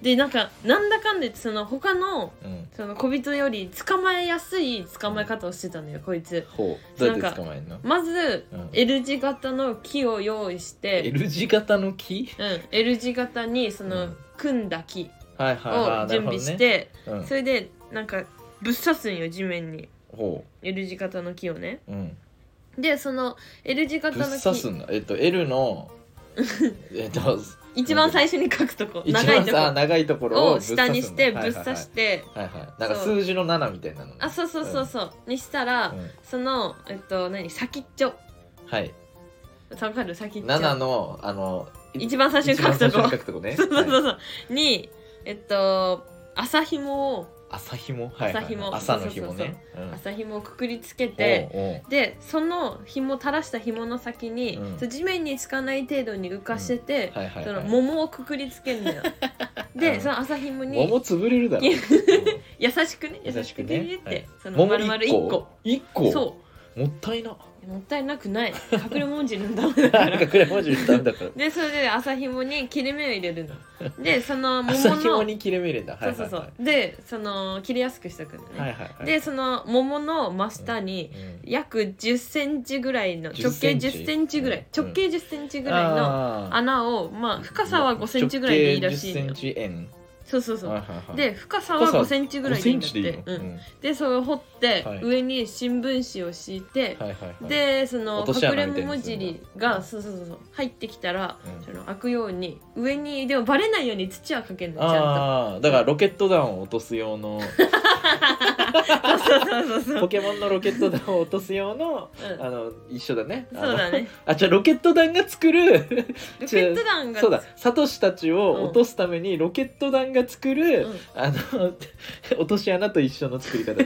でなんかなんだかんでその他の
うん
その小人より捕まえやすい捕まえ方をしてたのよこいつ
ほうどうやって捕まえるの
まず
うん
L 字型の木を用意して、
L 字型の木
うん、L 字型にそうの
ん
組んだ木
はいはいは
を
い
準備して、
なるほどね
それでなんかぶっ刺すんよ地面に
うんほ
L 字型の木をね
ううん
でその L 字
ぶっ
型の
刺す
木
んだえっと L のえっと
一番最初に書くとこ
一
長い
番
と
さ
こ
長いところを
を
ぶっ刺すん
下
だ
にしてぶ
はい
っ
はいはい
刺して
はいはいなんか数字の7みたいなのね
あそうそうそうそうにしたら
うん
そのえっと何先っちょ
はい
わかる先っちょ
7のあのい
一番最初に書くと
一番最
こ
初に書くとこ ね
そうそうそう
はい
そうにえっと朝紐を
朝紐はいはい
朝紐
朝の紐ねうん
朝紐をくくりつけて
おうおう
でその紐垂らした紐の先に、
うん
そう地面につかない程度に浮かしてて、
はいはい
そ
は
の
い
桃をくくりつけるのよ
う
で
ん
その朝紐に
桃潰れるだろ
いや
うん
優しくね
優しくね
優って、
はい
その
桃
丸々1
1
個
個一個
そ
もったいな
もったいなくない隠れ文字のダメだから
隠れ文字ダメ だから
でそれで朝ひもに切れ目を入れるのでその桃
朝
の
ひもに切れ目入れんだは
そ
いう
そう
はい
そう、
はい
でその切りやすくしとくのね、
はいはいはい
でその桃の真下に
うん
約1 0ンチぐらいの直
10
径
センチ
1 0ンチぐらい、
うん
直径1 0ンチぐらいの
あー
穴をまあ深さは5センチぐらいでいいらしいの
直
よ
径10センチ円
そうそうそう、
はいはいはい
で深さは5センチぐらいでいいんだっ
5センチ
て
でいいの
うん、でそれを掘って、
はい
上に新聞紙を敷いて、
はいはいはい
でその
落とし
隠
穴
れ
みたいな
桃
やつね
尻がそうそうそうそう入ってきたら、
うん
その開くように上にでもバレないように土はかけるのちゃんと
ああだからロケット弾を落とす用 の
そうそうそうそう、う
ポケモンのロケット弾を落とす用の
ん、
あの一緒だねあの
そう だね
あじゃあロケット弾が作る
ロケット弾が
そうだサトシたちを落とすためにロケット弾が作 る、
うん
あの落とし穴と一緒の作り方だ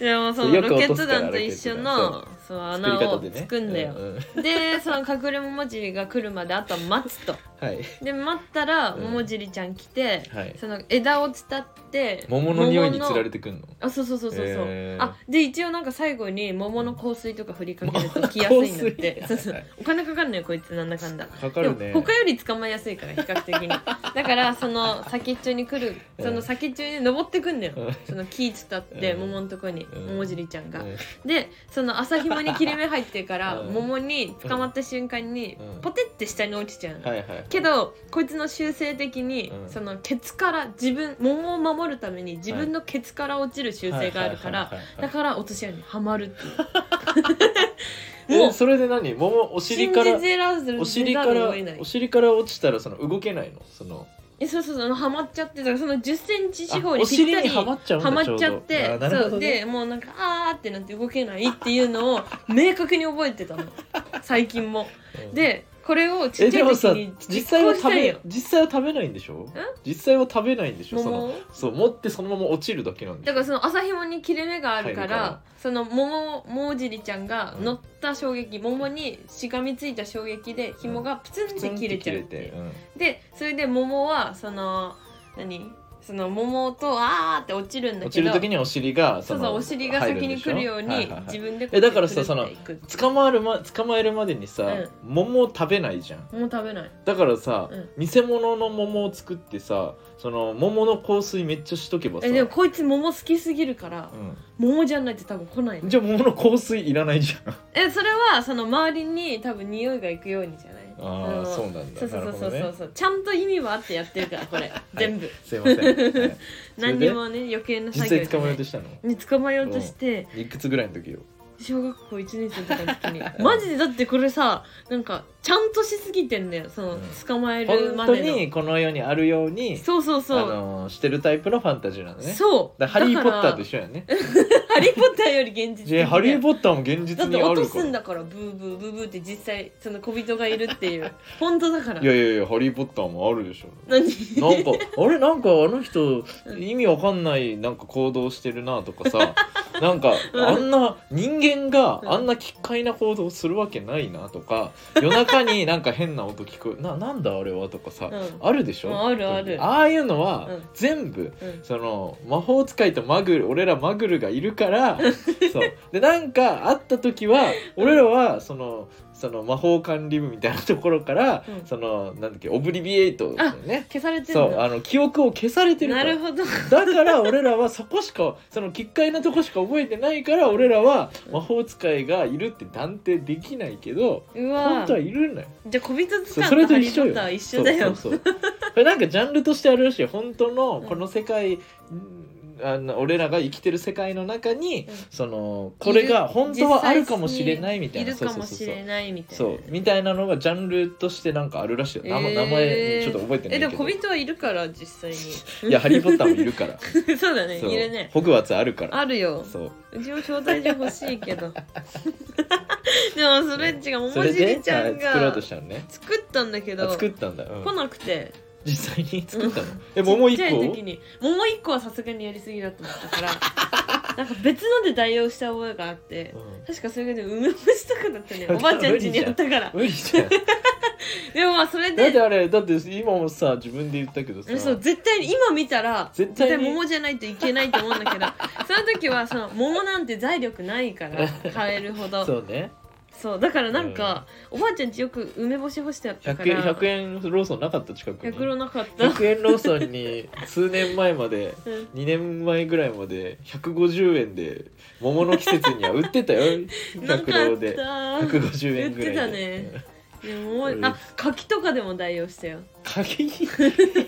でもそ
そう
の
よく
ロケ
落
ッ
と
ト
すから
弾と一緒
ロケ
のそう
作り
穴
方
を
でね
つくんだよ
う、んうん
でその隠れ桃尻が来るまであとは待つと
はい
で待ったら
うん
桃尻ちゃん来て、
はい
その枝を伝って
桃の匂いにつられてくんの
あそうそうそうそうそう、
へー
あで一応なんか最後に桃の香水とか振りかけると来やすいんだって
桃の香水
そうそう
はい
お金かかるのよこいつなんだかんだ
かかる
で
ね
も他より捕まえやすいから比較的にだからそ の先っちょに来るその先っちょに登ってくんだよ
うん
その木伝って
うん
桃のとこに
うん
桃尻ちゃんが
うん
でその朝ひもに切れ目入ってから
うん
桃に捕まった瞬間に
うん
ポテって下に落ちちゃうの
はいはい
けどこいつの習性的に
うん
そのケツから自分桃を守るために自分のケツから落ちる習性があるから
はいはいはいはい
だから落とし穴にはまるって いう
え
もう
それで何桃お尻
信
から
じぜらず
お尻
ざ
か
る
ら
を得ない
お尻から落ちたらその動けないのその
えそうそうそうあのハマっちゃってだからその1 0ンチ四方
あ
に
お
ぴっ
尻
た
に
り
はまっちゃうんだ
はまっちゃっ
ちょ
て
うどあなるほ
そ
ど
う
ね
でもうなんかあーってなって動けないっていうのを明確に覚えてた の最近も
うん
でこれをち
え
っちゃい
でも
時
さ
に
実際は食
たい
べ
よ
実際は食べないんでしょ実際は食べないんでしょそ
桃
の
を
そう持ってそのまま落ちるだけなんで
だからその朝ひもに切れ目があるから
入るから
その桃もじりちゃんが乗った衝撃、桃にしがみついた衝撃で紐がプツンって切れちゃうっていうでそれで桃はその何その桃とあーって落ちるんだ
落
け
ち
ど
る時にお尻が
そう
の
そうお尻が先に来るよう
入んで
に
しょはいはいはい
自分で
えだからさ
くるっていく
捕まるま捕まえるまでにさ、
うん
桃を食べないじゃん
もう食べない
だからさ、
うん
偽物の桃を作ってさその桃の香水めっちゃしとけばさ、
えでもこいつ桃好きすぎるから
う
桃じゃないと多分来ない
ん、
の
じゃあ桃の香水いらないじゃん
えそれはその周りに多分匂いが行くようにじゃない
ああ
の
そうなんだ
そうそうそうそう
なる
そう
ほどね
そう、ちゃんと意味はあってやってるからこれ全 部
すいません、はい
何にもね余計な
実
作業
際
じ
捕
ゃ
ま
な
えよう
い
としたの
ね捕まえようとして
いくつぐらいの時よ
小学校1年生とかの時に マジでだってこれさなんかちゃんとしすぎてんだよその
うん
捕まえるま
本当
での、
にこの世にあるように
そうそう
あ
そう
のーしてるタイプのファンタジーなのね
そう
だからハリー・ポッターと
で
一緒やね
ハリー・ポッターより現実的
じゃあハリー・
だ
ポッターも現実
って
にあ
落と
る
すん
か
だからブーブーブーブーって実際その小人がいるっていう 本当だから
らいやいやいやハリー・ポッターもあるでしょ
何
なんか あれなんかあの人
うん
意味わかんないなんか行動してるなと かさなんかあんな人間が
うん
あんな奇怪な行動するわけないなとか夜中になんか変な音聞こえななんだあれはとかさ、
うん
あるでし
うん
ょ
あるある
ああいうのは
うん
全部
うん
その魔法使いとマグル俺らマグルがいるから そうでなんかあった時は俺らはそのその魔法管理部みたいなところから、
うん
そのなんだっけオブリビエイトね
消されてる
そう
の
あの記憶を消されてるか
な
ら
るほど
だから俺らはそこしかその奇怪なとこしか覚えてないから俺らは魔法使いがいるって断定できないけど
う
本
わ
当はいるんだよ
じゃあ小人図
そう
鑑
それ
と
と
ハリ
一
ー・ポ
緒
ッ
よ
ターは一緒だよ
そうそうそうこれなんかジャンルとしてあるらしいよ本当のこの世界、うんあの俺らが生きてる世界の中に、
うん
そのこれが本当はあるかもしれないみたいな
るかも
そう
し
そうそう
れないみたいな
そうみたいなのがジャンルとしてなんかあるらしいよ、名前
え
名
ー
前ちょっと覚えてない
え
け
で
ど
も小人はいるから実際
いやハリー・ポッターもいるから
に そうだね
そう
いるね
ホグワーツあるから
あるよ
そう
うちも招待状欲しいけど でもそれ違うも
そ
も
れ
じ
で
りちゃん
はい作ろう
が
としたのね
作ったんだけ
あ
ど
作っ
来
たんだ、うん
なくて
実際に作ったの、
う
え桃
ちっちゃい
1個
時に桃1個はさすがにやりすぎだと思った からなんか別ので代用した覚えがあって
うん
確かそれがでも梅干しとかだったねおばあちゃん家にあったから
無理じゃん
でもまあそれ
だって
で
あれだって今もさ自分で言ったけどさ
そう絶対に今見たら
絶
絶
対
対
に
桃じゃないといけないと思うんだ けどその時はその桃なんて財力ない から買えるほどそう
そうね
だからなんか、おばあちゃんちよく梅干し干してあったか
100, 円
ら
100円ローソンなかった近くに
100ロなかった、
100円ローソンに数年前まで
うん
2年前ぐらいまで150円で桃の季節には売って たよ
なかっ
100ロで
た
150円ぐら
売って
いで
たねでも
うん
あ柿とかでも代用したよ
鍵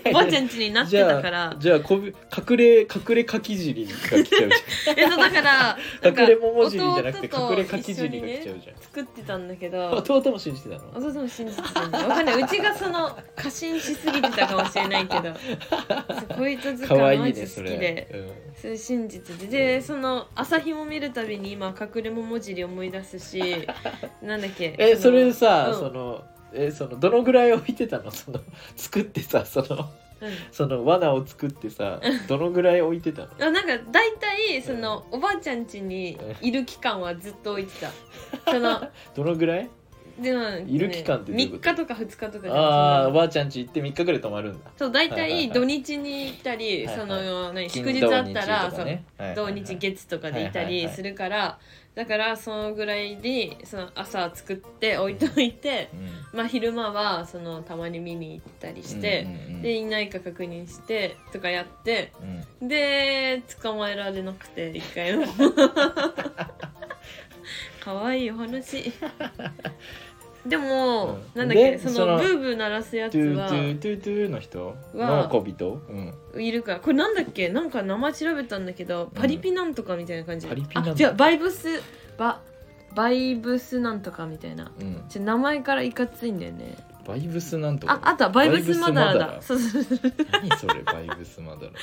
おばあちゃん家になってたから
じゃあこび隠れ隠れ柿尻が来 ちゃうじ
えそうだから
ゃん 隠れ桃
弟
尻じゃなくて
と
隠れ柿
一緒に
尻が来ちゃ
ね
うじゃん
作ってたんだけど
弟も信じてたの
弟も信じてたんだわかんないうちがその過信しすぎてたかもしれないけどそうこいつ図
可
鑑
愛
マ
い
ジ
ね
好
そ
きで
れ、うん
それ信じててでその朝日も見るたびに今隠れ桃尻思い出すしなんだっけ
えそれ
の
さ、
うん
そのえそのどのぐらい置いてたの その作ってさその
うん
その罠を作っ てさどのぐらい置いてたの
あなんか大体その、おばあちゃん家にいる期間はずっと置いてたその
どのぐらい
でも、
いる期間ってどうい
3
うこ
日
と
とか2日とかで
あーお
その
ばあちゃん家行って3日ぐらい泊まるんだ
そう大
はいはいは
体
い
土日に行ったり、
はいはい
その何祝日あったら、そう土日
ゲ
月とかでいた
はいはい
り
はい
するから、だからそのぐらいにその朝作って置いといて、まあ昼間はそのたまに見に行ったりして、でいないか確認してとかやってで捕まえられなくて一回 も可愛いお 話でも、
うん
なんだっけ
で
そ
そ
の
の
ブーブー鳴らすや
ト
つ
ゥー
は
トゥートゥートゥーの人
は
の小人、うん、
いるからこれなんだっけなんか名前調べたんだけどパリピなんとかみたいな感じ、
パリピなんと
あ
か
違うバイブスババイブスなんとかみたいな
うん、
ちょ名前からいかついんだよね
バイブスなんと
あ
か
あとはバイブスマダラ
バイ
だ
ブス
そうそうそうそう
何それバイブスマ ダラ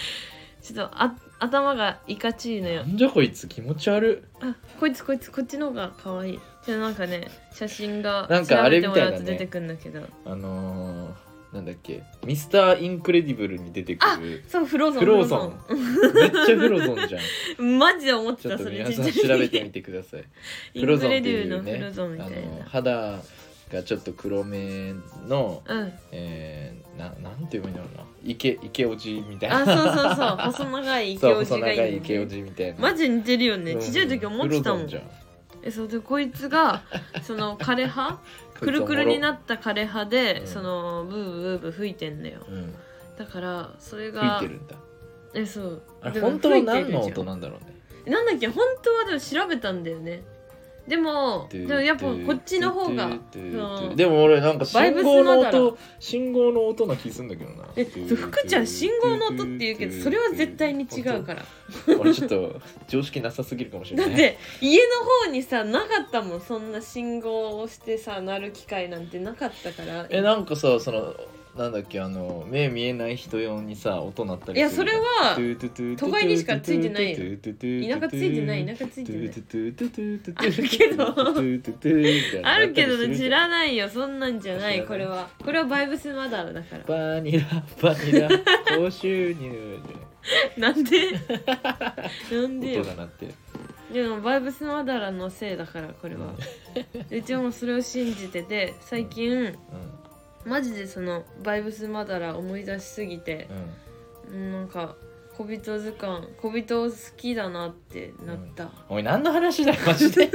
ちょっとあ頭がいかちいのよ
なんじゃこいつ気持ち悪
あこいつこいつこっちの方が可愛いじゃあなんかね写真が
なんかあれみたい
調べてもら
だね
うと出てくるんだけど
あのー、なんだっけミスターインクレディブルに出てくる
そうフローゾン
フローソンめっちゃフローゾンじゃん
フローゾンマジで思っ
ち
て
ょったと
それ
皆さん調べてみてください
イン
フロー
グ
ゾンって
レデュー
い
の
う
フロー
ね
ゾンみた
あ
い
の
な
肌がちょっと黒めの、
うん
えー、ななんて言えばいいんだろうな池池おじみたいな
あ そうそうそう細長いイケ
そう
オジ
細
がい
長
る
い
よ
池お
ね
じみたいな
マジ似てるよね
うん
ちっちゃい時思ってたも
黒
ん
じゃん
えそうでこいつ がその枯葉くるくるになった枯葉で、
うん
そのブーブーブーブー吹いてんだよ
うん
だからそれ
吹い
が
てるんだ
えそう
あれ
でも
本当は
吹い
何
てる
の
じゃん
音なんだろうね
なんだっけ本当はでも調べたんだよねでもでもやっぱこっちの方がそう
でも俺なんか
バイ
信
ブ
号
ス
の
マダラ
音信号の音な気すんだけどな
えそう福ちゃん信号の音って言うけどそれは絶対に違うから
ら俺ちょっと常識なさすぎるかもしれ
だ
な
っ
い
て家の方にさなかったもんそんな信号を押してさ鳴る機会なんてなかったから
えなんかさそのなんだっけあの目見えない人用にさ音鳴ったり
いやそれは
は
都会にしかついてないよ
よ
田舎ついてない田舎ついてない
あ
るけどあるけどね知らないよそんなんじゃな
知ら
い
ない
これはこれはバイブスマダラだから
バニラバニラ高収入
なんでなんで
で
よ
音が鳴って
でもバイブスマダラのせいだからこれはうちもそれを信じてて最近
う
マジでそのバイブスマダラ思い出しすぎて
んうん
うんなんか小人図鑑小人好きだなってなった、
おい何の話だよマ ジで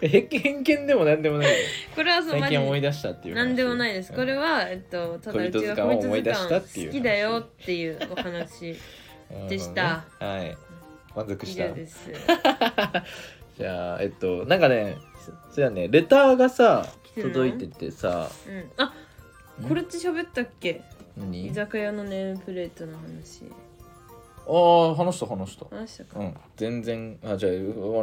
偏見偏見でも何でもないよ
これはそうマ
最
ジ
近思
で
い出したっていう話
なんでもないですこれは、えっと、ただうちが小人
小人図鑑を
図
思い出した
鑑
っていう話
好きだよっていうお話
うん
でした
うんはい満足
以
した
上です
じゃあえっとなんかねそそうやねレターがさ
来てるの
届いててさ
うん、あこれって喋ったっけ居
何あ
酒屋のネームプレートの話
あ話した話した
話したか、
うん全然あじゃああ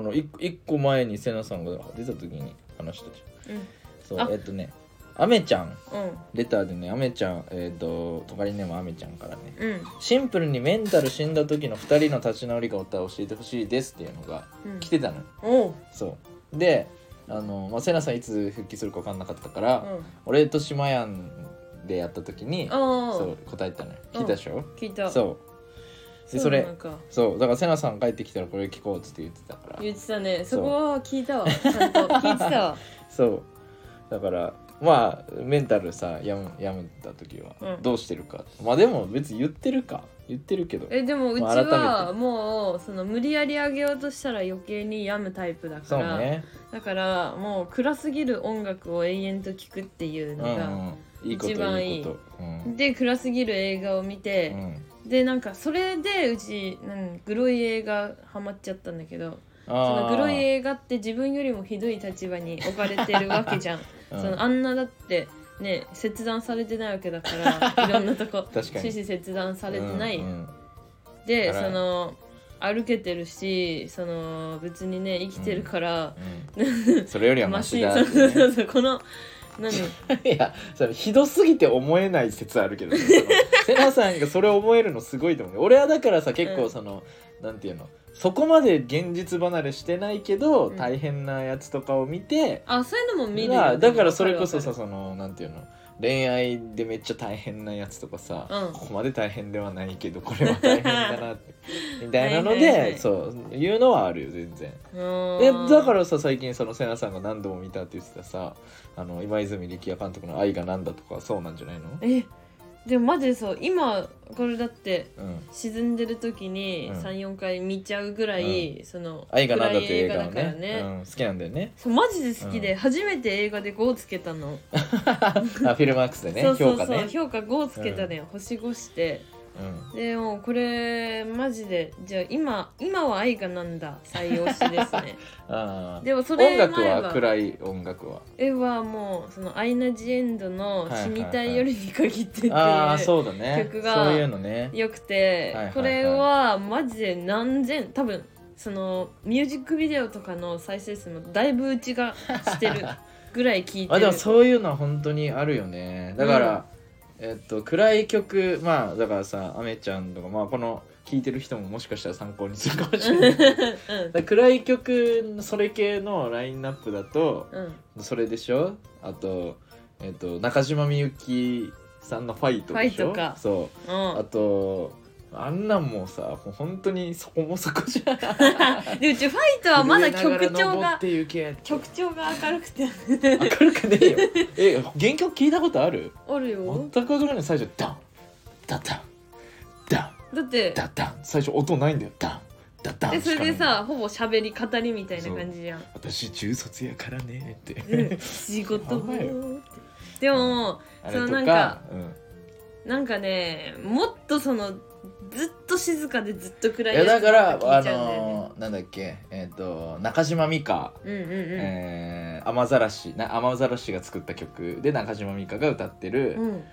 の一個一個前にセナさんが出た時に話したじ
う
ゃん
あ
そうえっとねアメちゃん
んうん
レターでねアメちゃんえっ、ととかりねもアメちゃんからね
うん
シンプルにメンタル死んだ時の2人の立ち直り方を教えてほしいですっていうのが
うん
来てたのよ
おう
そうであの、まあ、セナさんいつ復帰するか分かんなかったか
う
ら、
ん
俺とシマヤンでやった時に
お
そう
う
答えたのよ聞いたでしょ
聞いたう
そうでそれ
なのか
そうだからセナさん帰ってきたらこれ聞こうっつって言ってたから
言ってたね
そ
そうこは聞いたわちゃんと聞いてたわ
そうだからまあメンタルさやむやめた時は
うん
どうしてるか、まあでも別に言ってるか言ってるけど
えでもうち
まあ改め
はもうその無理やり上げようとしたら余計に病むタイプだ
そ
か
う
ら、
ね
だからもう暗すぎる音楽を永遠と聴くっていう
う
の
んう
が、
んいいことい
一番い
い
い
ことうん
で暗すぎる映画を見
う
て、
ん
でなんかそれでうちなんグロい映画ハマっちゃったんだけどそ
あ
の
ー
グロい映画って自分よりもひどい立場に置かれてるわけじゃん
うん
そのあんなだってね切断されてないわけだから いろんなとこ
確かに
四肢切断されてない、
うんうん
で
あら
その歩けてるしその別にね生きてるから、
うんそれよりはマ
マ
シ
シン
だ
そう
って
そ
ね
うそうそうこの何
いやそれひどすぎて思えない説あるけ どねそのセナさんがそれ思えるのすごいと思う俺はだからさ結
う
構
ん
その、なんていうのそこまで現実離れしてないけど、
うん
大変なやつとかを見て、
あそういうのも見るよ
まあだからそれこそさ
わか
そのなんていうの恋愛でめっちゃ大変なやつとかさ、
うん
ここまで大変ではないけどこれは大変だなってみたいなので、
はいはいはい
そういうのはあるよ全然。
るわか
え
るうん
だからさ最近その瀬名さんが何度も見たって言ってたさあの今泉力也監督の「愛がなんだ」とかそうなんじゃないの
えでもマジでそう今これだって
うん
沈んでる時に
うん
34回見ちゃうぐらい、その
「愛がなんだ」っていう映
暗
画
い
を
だから
ね
ね、
うん、好きなんだよね
そうマジで好きで、初めて映画で5つけたの、
あフィルマークスでね
そうそう
評価
そう
ね、
評価5つけたのよ、星5して
うん、
でもうこれマジでじゃあ今今は愛がなんだ採用しですね
あー
でもそ
音
れ
楽
前
は
は
暗い音楽は
絵はもうそのアイナ・ジ・エンドの「死にたい夜に限って」っていう
ああそうだね
曲が
そういうのね
よくて、
はいはいはい
これはマジで何千多分そのミュージックビデオとかの再生数もだいぶうちがしてるぐらい聴 いてる
あでもそういうのは本当にあるよねだから、えっと暗い曲まあだからさアメちゃんとかまあこの聴いてる人ももしかしたら参考にするかもしれないけど
うん
だから暗い曲それ系のラインナップだと
うん
それでしょあと,、えっと中島みゆきさんの「ファイト」でし
ファイ
ょ
トか
そ
う
うあとあんなんもさもう本当にそこもそこじゃん
ん、でうちファイトは まだ曲
震えながら
調
登っ
が
て行け
曲調が明るくて
明るくね えよえ原曲聞いたことある
あるよ
全く分からない最初ダンダダンダン
だって
ダダン最初音ないんだよダンダダ
で
ン
それ
しかない
でさほぼ喋り語りみたいな感じ じゃん
私中卒やからねって、
うん仕事も
やばい
でも
あれ
そう
と
な
か
んか
うん
なんかねもっとそのずっと静かでずっと暗
い
い
やだから、
やつと聞
あ
いちゃうんだよね
のーなんだっけえっ、と中島美嘉、
うんうんうん、
えー雨ざらしな雨ざらしが作った曲で中島美嘉が歌ってる、
うん、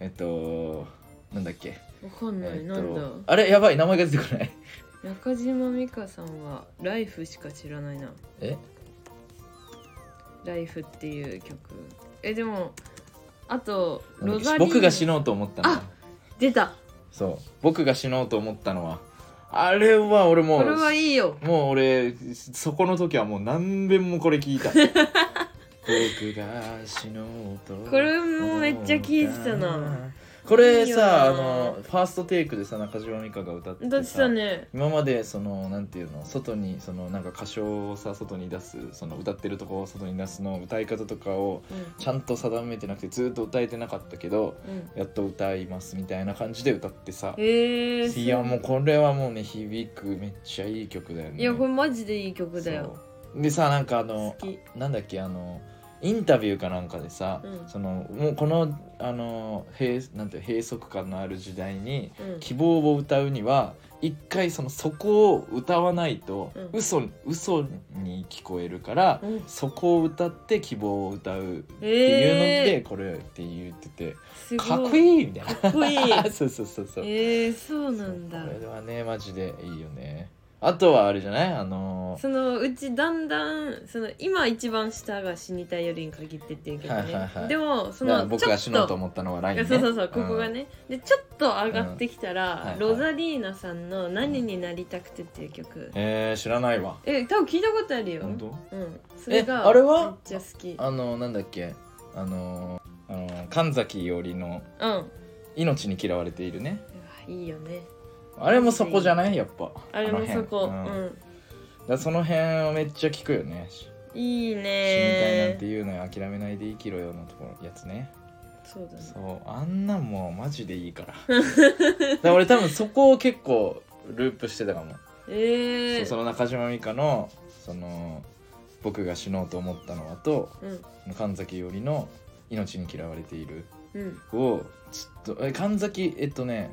えっ、となんだっけ、
わかんない、
えっと
なんだ
あれやばい名前が出てこない
中島美嘉さんは「ライフしか知らないな
え
「ライフっていう曲えでもあと「
な
ロ
んだっけ
ザリーノ」
僕が死のうと思ったのは
あ出た
そう僕が死のうと思ったのはあれは俺も
こ
う
れはいいよ
もう俺そこの時はもう何遍もこれ 聞いた僕が死のうと
これもめっちゃ聞いてたな
これ
いいよ
さ
な
あのファーストテイクでさ中島美嘉が歌って
だって
さ
さね
今までそのなんていうの外にそのなんか歌唱をさ外に出すその歌ってるとこを外に出すの歌い方とかを
うん
ちゃんと定めてなくてずっと歌えてなかったけど
うん
やっと歌いますみたいな感じで歌ってさ
えー、
いやもうこれはもうね響くめっちゃいい曲だよね
いやこれマジでいい曲だよ
そうでさなんかあの
好き
なんだっけあのインタビューかなんかでさ、
うん
そのもうこのあの閉なんて閉塞感のある時代に
うん
希望を歌うには一回そのそこを歌わないと
うん
嘘、嘘に聞こえるから、
うん
そこを歌って希望を歌うっていうので、
え
これって言って
ー、
て
すごい
かっこいいみたいな
かっこいい
そうそうそうそう、
えー、そうなんだ
これはねマジでいいよねあとはあれじゃないあの
そのうちだんだんその今一番下が死にたいよりに限ってっていうけどね、
はいはいはい
でもそ
だから
の
僕が死のうと思ったのはライン、
いや
ね、
そうそうそうここが
ん
ね、でちょっと上がってきたら、
うんはいはい
ロザリーナさんの「何になりたくて」っていう曲、
えー、知らないわ
え多分聞いたことあるよ
本当
うんそれが
えあれは
めっちゃ好き
あのなんだっけあのあの神崎伊織の
うんうわ
「命に嫌われているね」
いいよね
あれもそこじゃないやっぱ
あれもそこ
あの辺うん
う
だからその辺をめっちゃ聞くよね
いい
身体なん
ね
ていうのよ諦めないで生きろよのところやつね
そうだね
そうあんなんもうマジでいいから だから俺多分そこを結構ループしてたかも、
ええ
そうその中島美嘉のその僕が死のうと思ったのはと
うん
神崎よりの命に嫌われている
うん
をちょっとえ神崎えっとね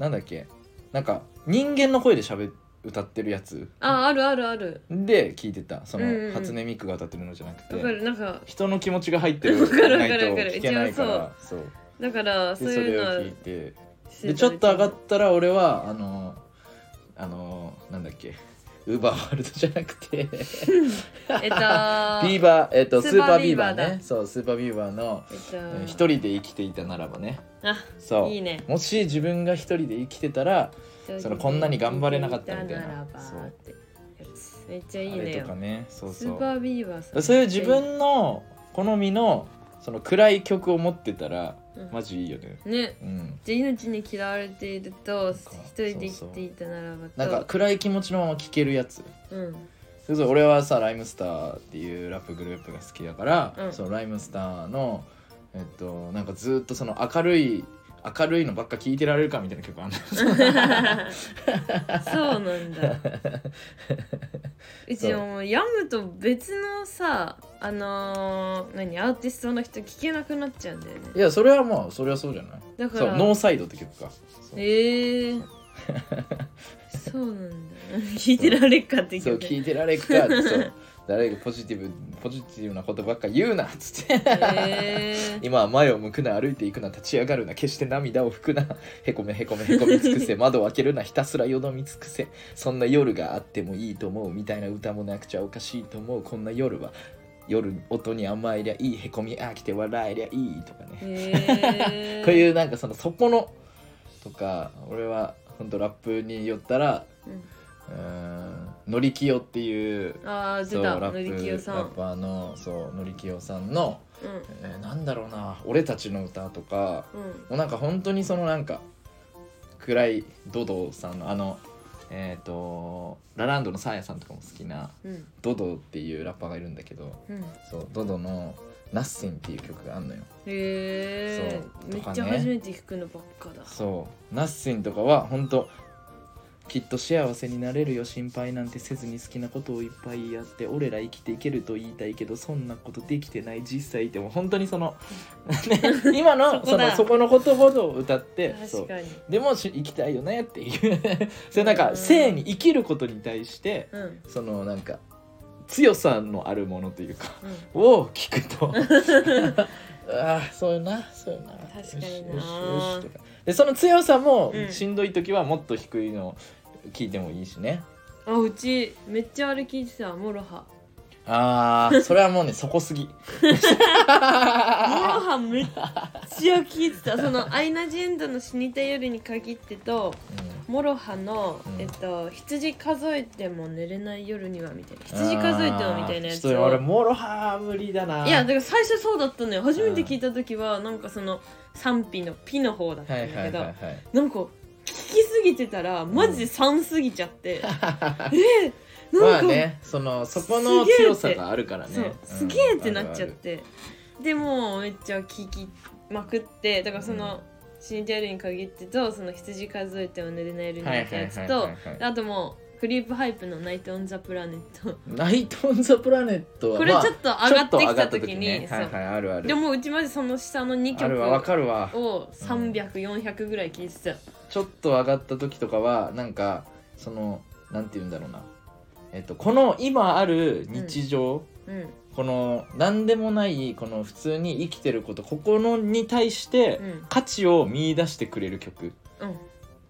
なんだっけなんか人間の声で喋歌ってるやつ
ああるあるある
で聞いてたその、
うんうんうん
初音ミクが歌ってるのじゃなく
わか
て
るなんか
人の気持ちが入ってる
わかる
ない
わかる
と
わかる
聞けないからそう
だからそう
でそ
いう
れを
のは
聞いて
知
で
れ
ちょっと上が
っ
ったら俺はあのあのなんだっけウーバーワールドじゃなくて
えた
ビーバーえっ、とス
ス
ー
ー
パ
パ
ー
ー
ビ
ビ
ー
ー
バ
バ
ー
ー
ね
だ
そうスーパービーバーの
え
え
た
ー一人で生きていたならばね
あ
そう
いいね
もし自分が一人で生きてたらそのこんなに頑張れなかったみたいな
らば
そう
ってやつめっちゃいい
あれ
ね
とかねそう
ス
そ
ーパ
う
ービーバーさん
そういう自分の好みのその暗い曲を持ってたら
うん
マジいいよね
ね
うん
じゃあ命に嫌われていると
んか
一人で生きていたならばと
なんか暗い気持ちのまま聴けるやつ
うん
それこそ俺はさライムスターっていうラップグループが好きだから、
うん
そのライムスターのえっとなんかずっとその明るい明るいのばっか聴いてられるかみたいな曲あんの
そうなんだうちもヤムと別のさあのー何アーティストの人聞けなくなっちゃうんだよね
いやそれはまあそれはそうじゃない
だか
そう
ら
ノーサイドって曲かそう
ええー、そうなんだ 聞いてられっかって
そう
聞
聞
いて
いてら れっかってそう誰がポジティブポジティブなことばっか言うなっつって
えー、
今は前を向くな歩いていくな立ち上がるな決して涙を拭くなへこめへこめへこみ尽くせ窓を開けるなひたすらよどみ尽くせそんな夜があってもいいと思うみたいな歌もなくちゃおかしいと思うこんな夜は夜音に甘えりゃいいへこみ飽きて笑えりゃいいとかね、
えー、、
こういううなんかそのそこのとか俺はほんとラップによったらうーん乗り気よっていう
ん、ああ
そ
出
う
たの
ラップ
りきよさ
ラッ
ん、
パーのそうのりきよさんの、
う
えーなんだろうな俺たちの歌とか
んうん、
もうなんか本当にそのなんか暗いドドさんのあのえっ、とラランドのサーヤさんとかも好きな
うん
ドドっていうラッパーがいるんだけど
うん、
そうドドの「ナッシン」っていう曲があんのよ
へえ
そう、
め
と
っ
かね
ちゃ初めて聞くのばっかだ
そう「ナッシン」とかは本当きっと幸せになれるよ心配なんてせずに好きなことをいっぱいやって俺ら生きていけると言いたいけどそんなことできてない実際でも本当にその、 ね、今の
そ
そ
こだ
のそこのことほど歌ってそう
確かに
でもし生きたいよねっていう それなんか生に生きることに対して
うん
そのなんか強さのあるものというか
うん
を聞くとああそうよなそうよな
確かにな
よしよしよしとかでその強さも
うん
しんどい時はもっと低いのを聞いてもいいしね、
あうちめっちゃあれ聞いてたモロハ
ああそれはもうねそこすぎ
モロハめっちゃ聞いてたそのアイナ・ジ・エンドの「死にたい夜」に限ってとモロハの、
うん
えっと「羊数えても寝れない夜には」みたいな「羊数えても」みたいなやつ
あーちょっと俺
を
モロハ無理だない
やだから最初そうだったのよ初めて聞いた時はなんかその賛否の「ピ」の方だったん
は
だ
いは
け
いは
ど
いはい
なんか聞きすぎてたらマジで3すぎちゃ って、え
ま
な
あ
んか、
ねそのそこの強さがあるから
そう
ね
すげえってなっちゃって、でもうめっちゃ聞きまくってだからその、死にたい夜に限ってとその羊数えても寝れない夜に
は
み
い
た
は
な
いいはい
やつ
はい
と
はい
あともうクリープハイプの「ナイト・オン・ザ・プラネット
ナイト・オン・ザ・プラネット」は
これちょっと上がって
ちょ
き
と
た時
上
に
がった時ねはい
そう
はいあるある
でもううちまでその下の2
あるわわか
曲
るわ
を300400ぐらい聴いてたよ
ちょっと上がった時とかはなんかそのなんて言うんだろうなえっとこの今ある日常、
うん
この何でもないこの普通に生きてることここのに対して
うん
価値を見出してくれる曲
う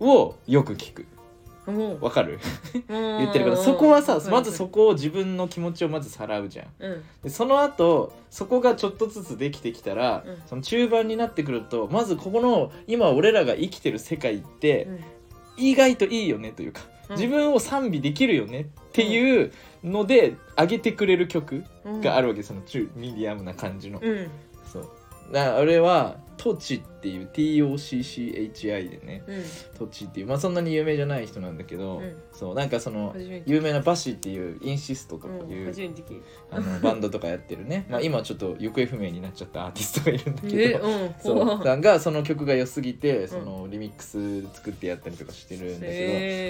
をよく聞く
んもう
わかる
もう
言ってるからそこはさまずそ
こ
こを自分の気持ちをまずさらうじゃん
うん
でその後そこがちょっとずつできてきたら、
うん
その中盤になってくるとまずここの今俺らが生きてる世界って、
うん
意外といいよねというか、
うん
自分を賛美できるよねっていうので上げてくれる曲
うん
があるわけ、その中ミディアムな感じの、
うん
そうだから俺はトチっていう TOCCHI でね
うん
トチっていうまあそんなに有名じゃない人なんだけど、
うん
そうなんかその
初めて
有名なバシっていうインシストとか
う
い
ん
う
初めて聞い
あのバンドとかやって るね、まあ、今ちょっと行方不明になっちゃったアーティストがいるんだ
た
け
え
ど。
うん
そう
怖っ
さんがその曲が良すぎてそのリミックス作ってやったりとかしてるんだけ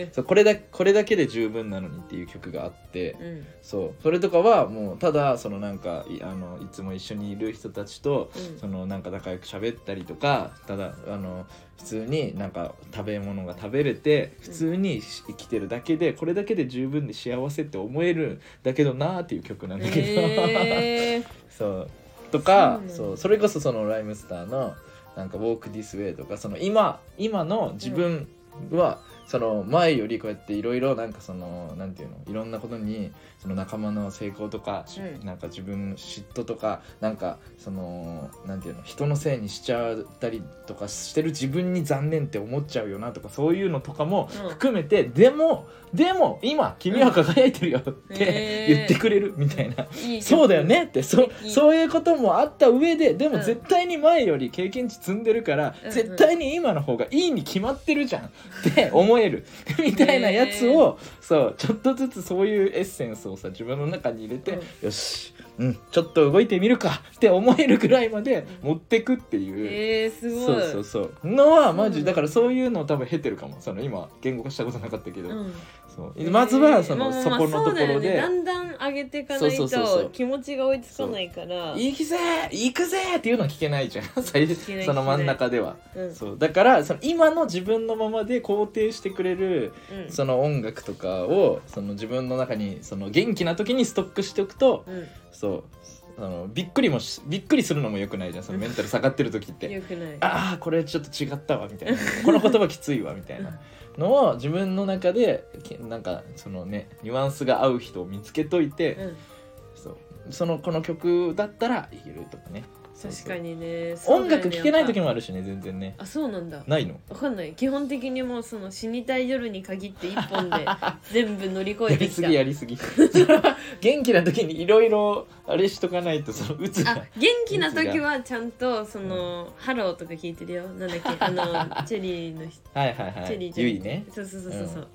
へ
ど、そうこれだこれだけで十分なのにっていう曲があって、
えうん
そうそれとかはもうただそのなんかいあのいつも一緒にいる人たちと
うん
そのなんか仲良く喋ったりとかただあの普通になんか食べ物が食べれて普通にし生きてるだけでこれだけで十分で幸せって思えるんだけどなーっていう曲なんだけど、
へえ
そうとか
そうなんだ
そうそれこそそのライムスターのなんか「ウォーク・ディス・ウェイ」とかその今今の自分は、その前よりこうやっていろいろなんかそのなんていうのいろんなことにその仲間の成功とか、し
うん
なんか自分の嫉妬とかなんかそのなんていうの人のせいにしちゃったりとかしてる自分に残念って思っちゃうよなとかそういうのとかも
うん
含めて、でもでも今君は輝いてるよって
へー
言ってくれるみたいな。
いい曲
そうだよねってそ
素敵
そういうこともあった上ででも
うん
絶対に前より経験値積んでるから、
うんうん
絶対に今の方がいいに決まってるじゃんって思える みたいなやつを、そうちょっとずつそういうエッセンスをさ自分の中に入れて、
うん
よし、うん、ちょっと動いてみるかって思えるぐらいまで持ってくっていう。
へえすごい
そうそうそうのはマ
う
ジ
ん
だからそういうのを多分経てるかもその今言語化したことなかったけど、
うん
そうまずはそ
ま
の、
あ
そ
まあ
このとこ
そうだよ
ろ
ね
で
だんだん上げていかない
そうそうそうそ
と
う
気持ちが追いつかないから
行くぜ行くぜっていうのは聞けないじゃん最
けない
その真ん中では
うん
そうだからその今の自分のままで肯定してくれる
うん
その音楽とかをその自分の中にその元気な時にストックしておくと
うん
そうあのびっくりもしびっくりするのも良くないじゃんそのメンタル下がってる時って
よくない
ああこれちょっと違ったわみたいなこの言葉きついわみたいなのを自分の中でけなんかそのねニュアンスが合う人を見つけといて、
うん
そうそのこの曲だったらいけるとかねそう
確
そう
かにね
音楽聴けない時
も
もあるしね全然ね
あそうなんだ
ないの
わかんない基本的にもうその死にたい夜に限って一本で全部乗り越
や
えて
り
き
す
た
ぎやりすぎそれ は元気な時にいろいろあれしとかないとそのうつ
あ
が
元気な時 はちゃんとその「ハロー」とか聞いてるよなんだっけあのチェリーの人
はいはいは
チェ
い
リーじゃ
ゆ
なくて
いね
そうそうそうそうそう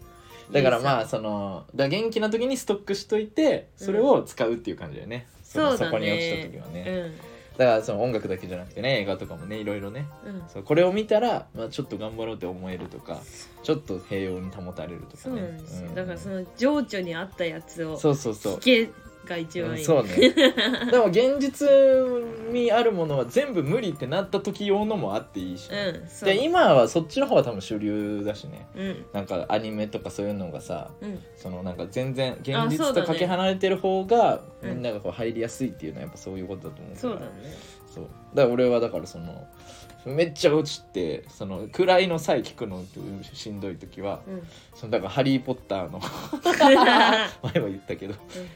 だからま
あ
あそのだから元気な時にストックしといてそれを使うっていう感じだよね、の
そうだね
そこに落ちた時は
う
ね、
ん
だからその音楽だけじゃなくてね映画とかもねいろいろね
うん
そうこれを見たら、まあ、ちょっと頑張ろうって思えるとかちょっと平穏に保たれるとか
そう
ね
なんですよ
うん
だからその情緒に合ったやつを
そうそうそう
聞けが一番いい
そう ねでも現実にあるものは全部無理ってなった時用のもあっていいし、
うんそう
で今はそっちの方は多分主流だしね
うん
なんかアニメとかそういうのがさ
うん
そのなんか全然現
あ
実
そうだね
とかけ離れてる方が
うん
みんながこう入りやすいっていうのはやっぱそういうことだと思うか
そう
ら
だね
そうだから俺はだからそのめっちゃ落ちてその暗いのさえ聞くのしんどい時は
うん
そのだから「ハリー・ポッター」の前は言ったけど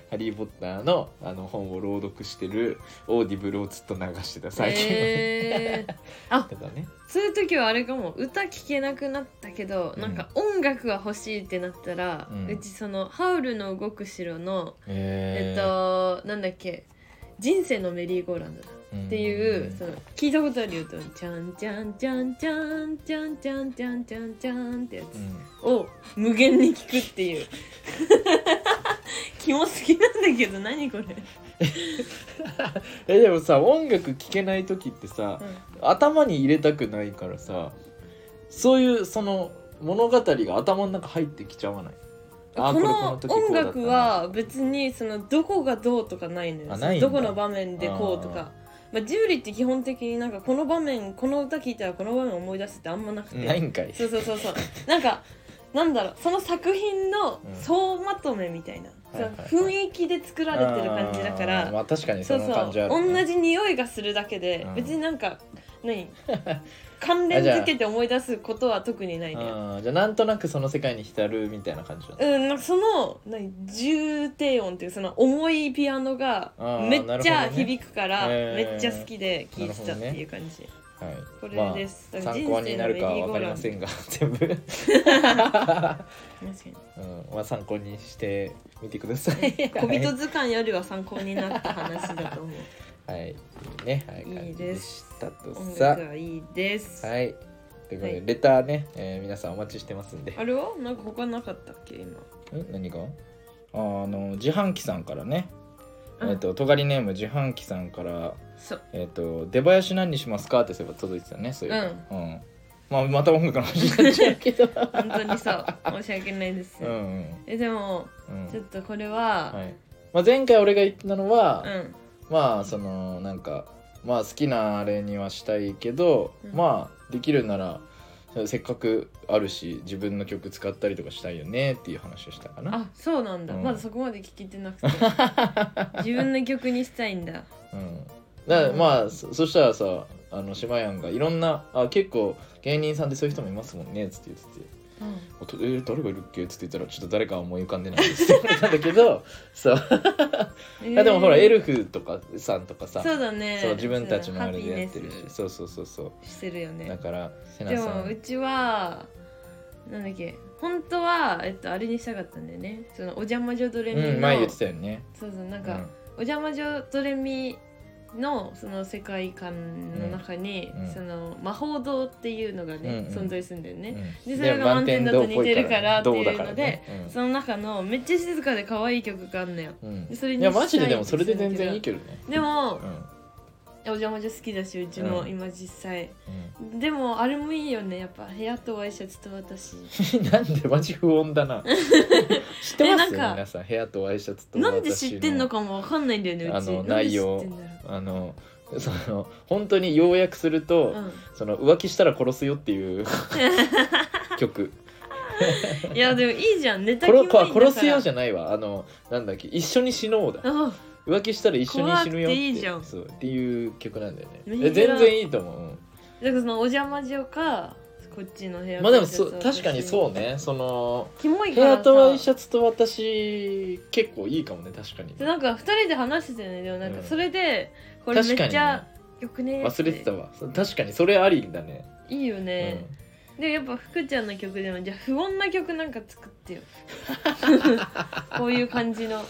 ハリー・ポッターのあの本を朗読してるオーディブルをずっと流してた 最近はね、
えー
とかね
そういう時はあれかも歌聴けなくなったけど、
うん
なんか音楽が欲しいってなったら、
う
うんちその「ハウルの動く城の」え
え
っとなんだっけ「人生のメリーゴーランドだ」
と
っていう、その聞いたことあるよと「ちゃんちゃんちゃんちゃんちゃんちゃんちゃんちゃんちゃん」ってやつ。を無限に聞くっていう キモすぎなんだけど何これ、
えでもさ音楽聴けない時ってさ頭に入れたくないからさそういうその物語が頭の中入ってきちゃわないあー
こ
れ
の
時こう
音
だったな
楽は別にそのどこがどうとかないのよ
あ
その
ないんだ
どこの場面でこうとかまあ、ジブリって基本的になんかこの場面この歌聞いたらこの場面思い出すってあんまなくて
ないんかい
そうそうそうそうなんかなんだろうその作品の
うん
総まとめみたいな、
はいはいはい
その雰囲気で作られてる感じだから、
あーまあ確かに
そ
そ
そ
うの感
う、
じある、ね、
同じ匂いがするだけで、
うん
別になんか 何関連づけて思い出すことは特にないね
あーじゃあなんとなくその世界に浸るみたいな感じだね
うんなんかその何重低音っていうその重いピアノが
あー
めっち
なる
ゃ
ほどね
響くから、
へー
めっちゃ好きで聴いてたっていう感じ、
はい、
これです、
まあ、参考になるかは分かりませ
ん
んが全部、うん
確か
まあ、参考にしてみてください
に小人図鑑よりは参考になった話だと思う
はいねはい
いい
感じ
で
ですしたと
音
さ
楽はいいです、
はいということで、
はい
レターね、えー皆さんお待ちしてますんで
あれはなんか他なかったっけ今
ん何があの自販機さんからね
うん
えっととがりネーム自販機さんから
そう
えっ、と出囃子何にしますかってそういえば届いてたねそう
う
いえば
ん
うん、まあまた音楽の話になっちゃう けど
本当にそう申し訳ないです、
うんうん
えでも
うん
ちょっとこれは、
はいまあ、前回俺が言ってたのは、
うん
まあそのなんかまあ好きなあれにはしたいけど、
うん
まあできるならせっかくあるし自分の曲使ったりとかしたいよねっていう話をしたかな、
あそうなんだ、
うん
まだそこまで聞けてな くて自分の曲にしたいんだ
うん、だからまあそそしたらさあの島やんがいろんなあ結構芸人さんってそういう人もいますもんねっつって言ってて
うん
「おとえー誰がいるっけ?」っつって言ったら「ちょっと誰かは思い浮かんで ないです」って言われたんだけどそう
え
いやでもほら
えー
エルフとかさんとかさ
そうだね
そう自分たちのあれでやってる
ハピ
し
ネ
そうそうそうそう
スしてるよね
だからせな
で
さ
も
ん
うちはなんだっけ本当はえっとあれにしたかったんだよねそのお邪魔女ドレミの、
うん、前言ってたよね。
そうそうなんか、お邪魔女ドレミのその世界観の中に、
うんうん
その魔法堂っていうのがね、
うんうん
存在するんだよ
う
ね、
ん、
でそれが満点だと似てるからっていうので、
うん
その中のめっちゃ静かで可愛い曲があんのよ
うん
でそれに
いやマジででもそれで全然いいけどね。
でも、
うん
お邪魔女好きだしうちも
うん
今実際、
う
でもあれもいいよねやっぱ部屋とワイシャツと 私
んなんでマジ不穏 だな。知って
え
ま
なん
す
か
皆さん部屋とワイシャツと
なんで知ってんの
か。
かもわかんないんだよねうち
あの
なんで
内容
知ってんだろ
あの その本当に要約すると、
う
その浮気したら殺すよっていう 曲。
うん、いやでもいいじゃんネタ
殺殺すよじ
ゃん
ゃないわあのなんだっけ一緒に死のうだ。
あ
浮気したら一緒に死ぬよ
怖くて
って
いいじゃん
そうっていう曲なんだよね
いいな
え全然いいと思ううん
だからそのお邪魔女かこっちの部屋
まあでもそう確かにそううねその
キモい
ヘ
か
ア
らさ
とワイシャツと私結構いいかもね確かに
でなんか二人で話してたよねでもなんか
うん
それで、これめ
確か
っ
に
ち
ね
ゃよくねーって
忘れてたわそう確かにそれありだね、
いいよ
うん
ね、でやっぱ福ちゃんの曲でもじゃあ不穏な曲なんか作って よこういう感じのそう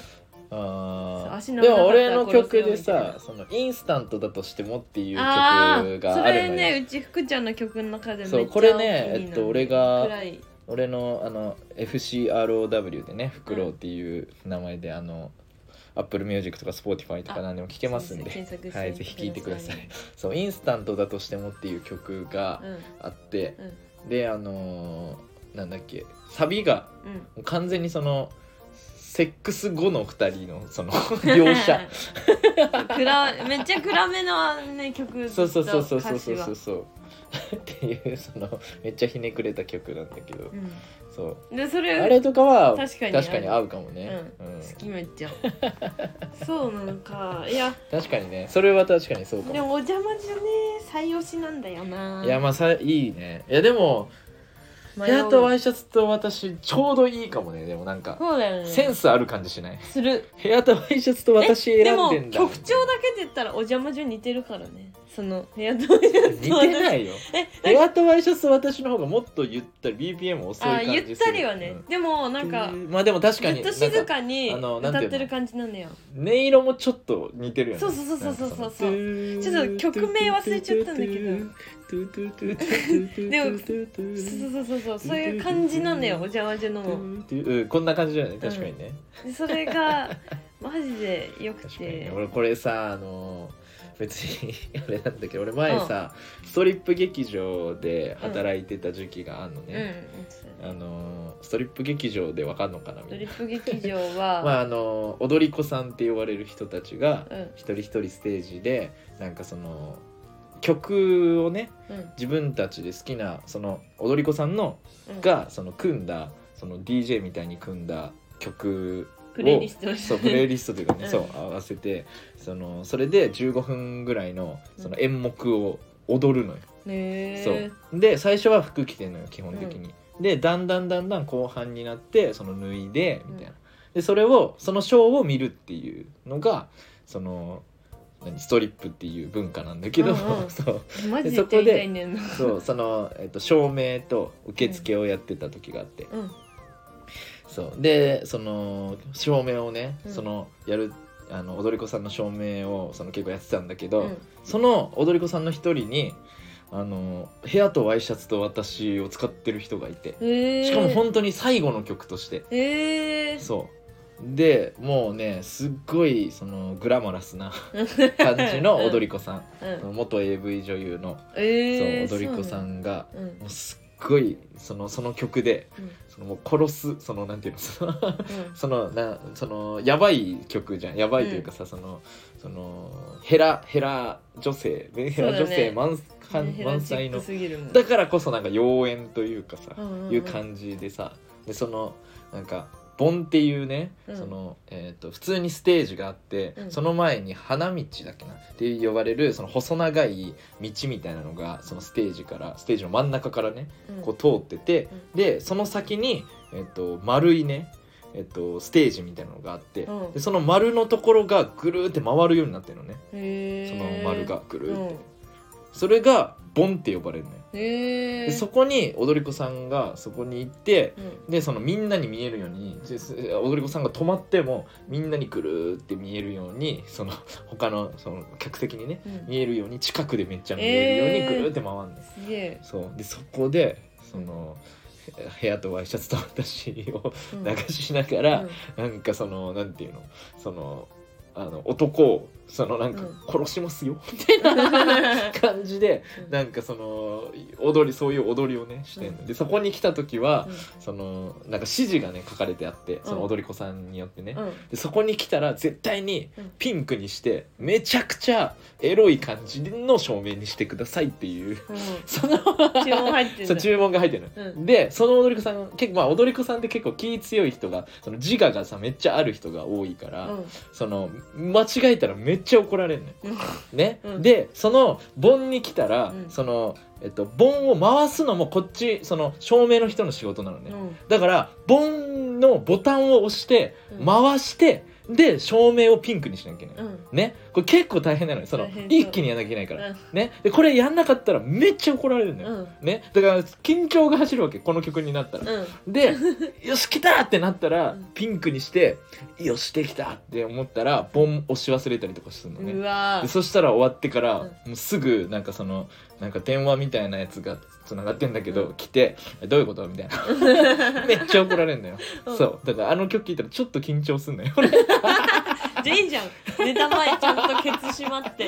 あ
足
ー
の
で
長かった
も俺の曲
頃
で
そういう
さ
の
そのインスタントだとしてもっていう曲
あー
が
そ
ある
れ
のよ、
ねうち福ちゃんの曲の中でめっちゃ
そうこれね
お気に入りなの
えっと俺が
暗い
俺のあの FCROW でね「フクロウ」っていう名前であの Apple Music とか Spotify とか何でも聴けますんで
検索して
はい、ぜひ聴いてください。 そう、インスタントだとしてもっていう曲が
うん
あって、
うん
で、あのーなんだっけ、サビが
うん
もう完全にその。セックス後の二人 のその描写
暗めっちゃ暗めのね曲
そうそうそうそうそうそ
歌詞
うそ
は
うそう っていうそのめっちゃひねくれた曲なんだけどそう
うん、でそれ
あれとかは
確かに
合うかもね、うん
好きめっちゃそうなんかいや
確かにねそれは確かにそうか
で
も
もお邪魔女ね最推しなんだよない
やまあさいいねいやでも部
迷
屋
う
とワイシャツと私ちょうどいいかもねでもなんか
そうだよね
センスある感じしない
する
部屋とワイシャツと私選んで
で
んだ
も曲調だけで言ったらお邪魔女似てるからねその部屋と似
似てないよ部屋とワイシャツと私の方がもっとゆったり BPM 遅い
あ
感じする
ゆったりはね、
うん
でもなんか
っていうまあでも確
ず
かに
っと静
なんか
かに
なんかあの
歌
なんていうの
ってる感じなのよ
音色もちょっと似てるよね
そうそうそうそうそうそう
なんか
ちょっと曲名忘れちゃったんだけどそうそうそ
で
うそうそういう感じなのよお邪魔女のも
うんこんな感じだよね確かにね、
でそれが マジでよく
確かにね
て
俺これさあの別にあれなんだけど俺前さ、ストリップ劇場で働いてた時期があるの
うんうん
ね、あのストリップ劇場でわかんのかなみ
ド
たい
リ
な、
ップ劇場は、
まあ、あの踊り子さんって呼ばれる人たちが
うん
一人一人ステージでなんかその曲をね
うん
自分たちで好きなその踊り子さんの
うん
がその組んだその DJ みたいに組んだ曲
プレイリスト
そうプレイリストというかね、
うん
そう合わせてそのそれで15分ぐらいのその演目を踊るのよ、
ねえ
そうで最初は服着てんのよ基本的に、でだんだんだんだん後半になってその脱いでみたいな、
うん
でそれをそのショーを見るっていうのがその何ストリップっていう文化なんだけ
う
ど、
んうん
そう
マジ
で
で
そこで
手痛いねんな
そうその、えっと、照明と受付をやってた時があって、
うん
そうでその照明をね、
うん
そのやるあの踊り子さんの照明をその結構やってたんだけど、
うん
その踊り子さんの一人にあの部屋とワイシャツと私を使ってる人がいて
えー、
しかも本当に最後の曲として
えー、
そうでもうねすっごいそのグラマラス な感じの踊り子さん
うん
その元 AV 女優の
えー、
そう踊り子さ
ん、
んが
うん
もうすっごいそのその曲で
うん
そのもう殺すそのなんていうのその
うん
そのなそのやばい曲じゃんやばいというかさ、そのそのヘラヘラ女性ねヘ
そうだ
ラ
ね
女性満,、
ねヘラ
満
チ
載
ック
の
すぎるもん
だからこそなんか妖艶というかさ、
うんうんうん
いう感じでさでそのなんかボンっていうね、
うん
そのえー、と普通にステージがあって、
うん
その前に花道だっけなって呼ばれるその細長い道みたいなのがそのステージからステージの真ん中からね
うん
こう通ってて、でその先に、えっと丸いね、えっとステージみたいなのがあって、
うん
でその丸のところがぐるーって回るようになってるのね
へ
その
ー
丸がぐるーって、
うん
それがボンって呼ばれるのよ。
へえ
でそこに踊り子さんがそこに行って
うん
でそのみんなに見えるようにです踊り子さんが止まってもみんなにくるーって見えるようにその他のその客席にね
うん
見えるように近くでめっちゃ見えるように
えー
くるーって回るんです、
すげえ、
そうでそこでそのへ部屋とワイシャツと私を
うん
流しながら、
うん
なんかそのなんていうのそのあの男をそのなんか
うん
殺しますよみたいな感じでなんかその踊りそういう踊りをねしてんの、
うん
でそこに来た時は
う、ん
そのなんか指示がね書かれてあってそ
う
の
ん
踊り子さんによってね、
うん
でそこに来たら絶対に
うん
ピンクにしてめちゃくちゃエロい感じの照明にしてくださいっていう
うん
その
注文入ってんだ
そう注文が入ってるの、
う
でその踊り子さん結構まあ踊り子さんって結構気強い人がその自我がさめっちゃある人が多いから、
うん
その間違えたらめっちゃ怒られるのよ
うん
ね、
うん
でその盆に来たら、
うん
そのえっと盆を回すのもこっちその照明の人の仕事なのね、
うん
だから盆のボタンを押して
うん
回して、で照明をピンクにしなきゃいけない、
うん
ねこれ結構大変なのよその
大変そう
一気にやんなきゃいけないか
う
ら、
ん
ねでこれやんなかったらめっちゃ怒られるのよ、
うん
ね、だから緊張が走るわけこの曲になったら、
うん
で「よし来た!」ってなったら、
うん
ピンクにして「よしできた!」って思ったらボン押し忘れたりとかするのね
うわ
で
ー
そしたら終わってから、もうすぐなんかそのなんか電話みたいなやつがつながってんだけど、
うん
来て「えどういうこと?」みたい なめっちゃ怒られんのよ、
うん
そうだからあの曲聴いたらちょっと緊張す んのよ俺
じゃあいいじゃん寝た前ちゃんとケツしまって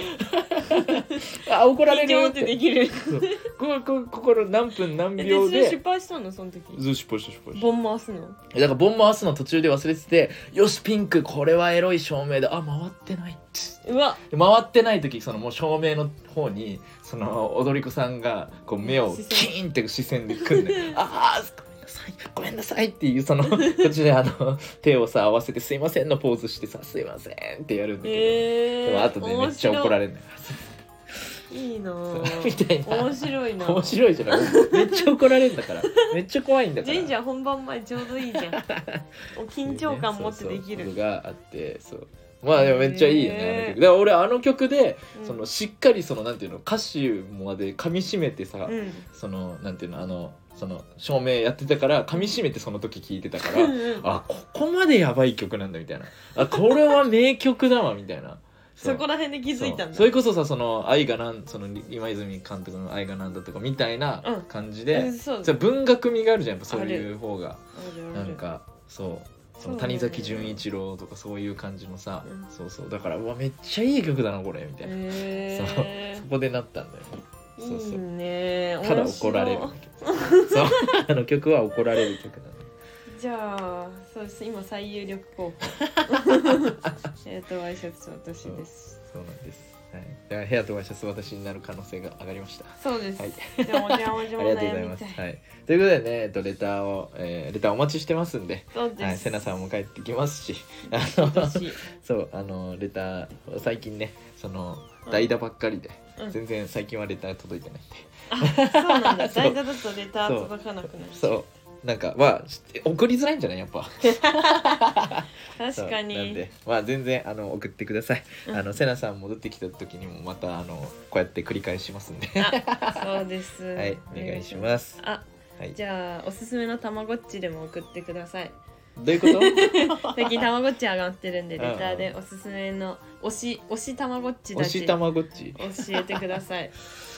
あ怒られ
緊
るよ
張
っ
っててできる
そうここここの何分何
えで
秒
それ失
で
敗したのその時
ずしポシしポし
ボン回すの
だからボン回すの途中で忘れてて「よしピンクこれはエロい照明だあ回ってない」って
うわ
で回ってない時そのもう照明の方にその踊り子さんがこう目を
視線
キーンって視線で組んで 「ああごめんなさいごめんなさい」ってい うそのこっちであの手をさ合わせて「すいません」のポーズしてさ「すいません」ってやるんだけど、
え
でも
ー、
後でめっちゃ怒ら
れ
れるのよ
いいな
そう
ぁ
みたいな
面白いな
面白いじゃないめっちゃ怒られるんだからめっちゃ怖いんだか
ジ
ら
ェンジャー本番前ちょうどいいじゃんお緊張感持ってでき
そうそうこ
る
とがあってそうまあでもめっちゃいいよね、
へー
あの曲だから俺あの曲で、
うん
そのしっかりそのなんていうの歌詞まで噛み締めてさ、
うん
そのなんていうのあのその照明やってたから噛み締めてその時聞いてたか
う
ら
んうん
あここまでやばい曲なんだみたいなあこれは名曲だわみたいな
そこ
で
ら辺で 気づいたんだ
それこそさその愛がなんその今泉監督の愛がなんだとかみたいな
うん
感じ
う
で
ん、そう
それ文学味があるじゃんやっぱそういう方が
あるある
なんかそうそ
そ
の
うだ
谷
よね
崎潤一郎とかそういう感じのさ、
うん
そうそうだからうわめっちゃいい曲だなこれみたいな、
へ
そこでなったんだよ
ー
そうそう
いいね
ただ怒られるんだ けどそう あの曲は怒られる曲なんだよ
じゃあそうです今最有力 候補えっとワイシャツ私です
そうなんです、はい、だから部屋とワイシャツ私になる可能性が上がりました
そうです、
はい
じゃあもじゃもじゃ
あ
も
りがとうご
悩
ざい
み
ます、
たい
はい、ということでね、えっと、レターを、えーレターお待ちしてますんで、
そうです、
はい、セナさんも帰ってきますしあの
私
そうあのレター最近ねその
うん
代打ばっかりで、
うん
全然最近はレター届いてないんで
そうなんだ
そう
在座だとレター届かなくなる
そうなんかまあちょ送りづらいんじゃないやっぱ
確か
そうなん
に
でまあ全然あの送ってください、
うん
あのセナさん戻ってきた時にもまたあのこうやって繰り返しますんでは
あそうです
いお願いします
あ
はい
じゃあおすすめのたまごっちでも送ってください
どういうこと
最近たまごっち上がってるんで
うん
レターでおすすめの推し推したまごっち
推
た
し
ち
た
教
まごっち
えてください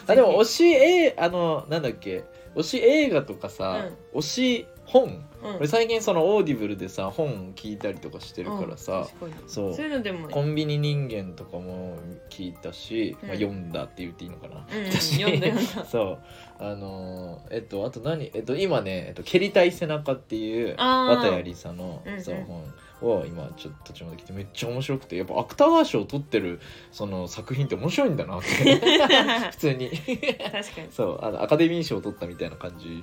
あでも推
し
しえあのなんだっけ推し映画とかさ、推し本俺最近そのオーディブルでさ本聞いたりとかしてるからさ、そう
そういうのでもいい
コンビニ人間とかも聞いたし、
うん
まあ、読んだって言っていいのかな、
うんうん
私
読んだ読んだ
そうあのーえっとあと何えっと今ね「えっと、蹴りたい背中」っていう
あー
綿谷りさの、
うんうん
そう本を今ちょっと途中まで来てめっちゃ面白くてやっぱ芥川賞を取ってるその作品って面白いんだ なって普通に
確かに
そうあのアカデミー賞を取ったみたいな感じ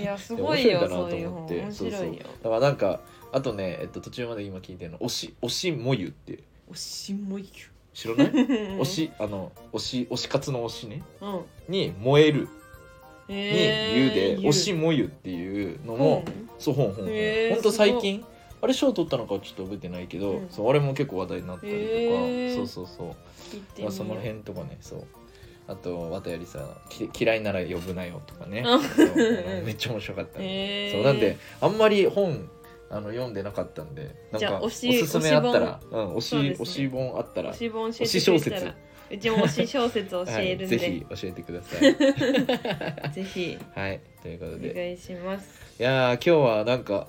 いやすごいよそ
面
うい
白いんだなと
う
思
本
って
面白いよ
だからなんかあとね、えっと、途中まで今聞いてるの「推し推しもゆ」って
推しもいいよ
知らない 推
推
しあの推し推し活の推しね
うん
に「燃える」
に
に「ゆ」で「推しもゆ」っていうのも、そう本本本
へー
ほんと最近あれ賞取ったのかちょっと覚えてないけど、
うん
そうあれも結構話題になったりとか、
へー
そうそうそう
聞い
だ
て
か
み
らその辺とかねそうあと綿よりさき嫌いなら呼ぶなよ」とかね
うん
そうめっちゃ面白かった、
へー
そうなんであんまり本あの読んでなかったんでなん
じゃ
か
あ
お
推し
すすめあったらうん推し,、
そうですね
推し本あったら
推し本教
推
え
し
く
て小
れ
説
たらうちも推し小説教えるん
はい、ぜ
で
ひ教えてくださ い
ぜひ
はいということ
お
で
願いします
いやー今日はなんか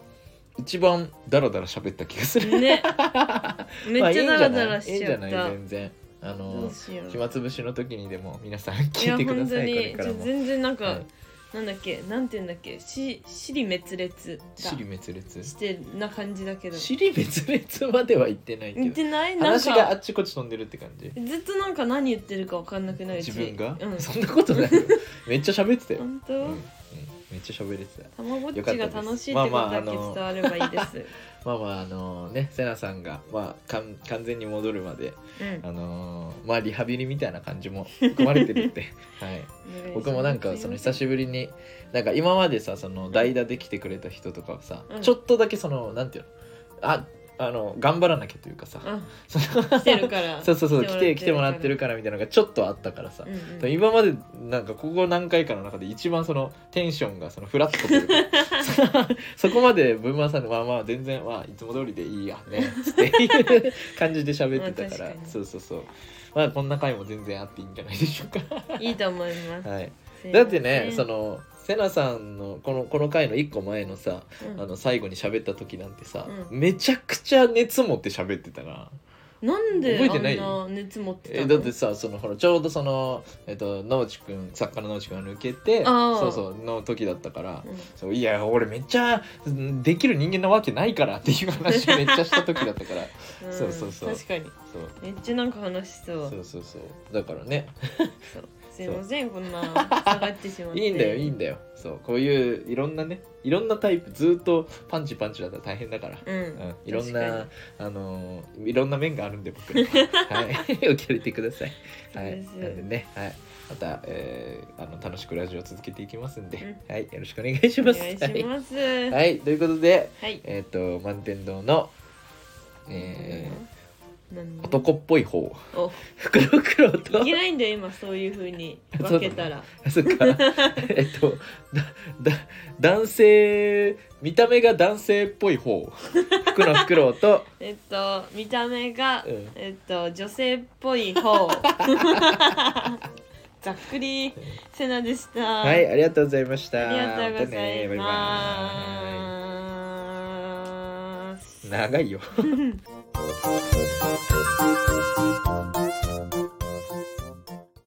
一番ダラダラ喋った気がする
ねめっちゃダ
まあ
ラダラ
いい
し
んじ
ちゃ
ゃ
っ
ないいいんじゃ
た
ない全然あ
ど
の
うしよう
暇つぶしの時にでも皆さん
い
聞
や
いてくだ
本
さ
当
いこれ
に
からも
ちょ全然なんか、
はい
なんだっけなんて言うんだっけし尻滅裂
尻滅裂
だしてな感じだけど
尻滅裂までは言ってないけ
似
ど
てないなん
話があ
か
っちこっち飛んでるって感じ
ずっとなんか何言ってるかわかんなくなる
自分が、
うん
そんなこと ないよめっちゃ喋ってたよ、
本当、
うんうんめっちゃ喋れてた
たまごっち
よかった
が
です
楽しいってことだけ
まあ
伝
まああの
わればいいです。
まあまああのねセナさんが、まあ、かん完全に戻るまであのーまあリハビリみたいな感じも含まれてるって はい
うん
僕もなんかその久しぶりになんか今までさその代打で来てくれた人とかはさ、
うん
ちょっとだけそのなんていうのああの頑張らなきゃというかさ、
あ
その
来てるから。
そうそうそう来て来てもらってるからみたいなのがちょっとあったからさ
う、んうん
今までなんかここ何回かの中で一番そのテンションがそのフラットというか そそこまでブーマーさんでまあまあ全然まあいつも通りでいいやねっていう 感じで喋ってたから,、
まあ確かに
そうそうそうまあこんな回も全然あっていいんじゃないでしょ う
いいと思います
か、。はい、
すいません
だってねそ、のセナさんのこのこの回の1個前のさ
うん
あの最後に喋った時なんてさ、
う
めちゃくちゃ熱持って喋ってたな。
なんで
覚えてない
あんな熱持ってたの？
えだってさそのほらちょうどその、えっと野内くん作家の野内くんが抜けて
あー
そうそうの時だったから、
うん
そういや俺めっちゃんできる人間なわけないからっていう話をめっちゃした時だったから
ん
そうそうそう
確かに
そう
めっちゃなんか話し そう。
そうそうそうだからね
そうすいませんこんな下がってしまって。
いいんだよいい
い。
んだよそうこういういろんなねいろんなタイプずっとパンチパンチだったら大変だから。
う
うん
ん。、
いろん
確か
な
に、
あのーいろんな面があるんで 僕らは、はい、受け入れてください。はい、
そうです
なんでね、はい、また、えーあの楽しくラジオを続けていきますんで、
う
はい、よろしくお願いします。
お願いします。は
はい、はいということで、
はい。
えっ、と満天堂の、え
何
ー、男っぽい 方
お
福袋
い
と
けないんだよ今そういう風に分けたら。
そっかえっとだだ男性見た目が男性っぽ い方福の袋と、
えっと見た目が、
うん
えっと女性っぽい 方。ざっくりセナでした。
はいありがとうございました。
ありがとうご
た
ざい
ねバイバイ
ます。
長いよ。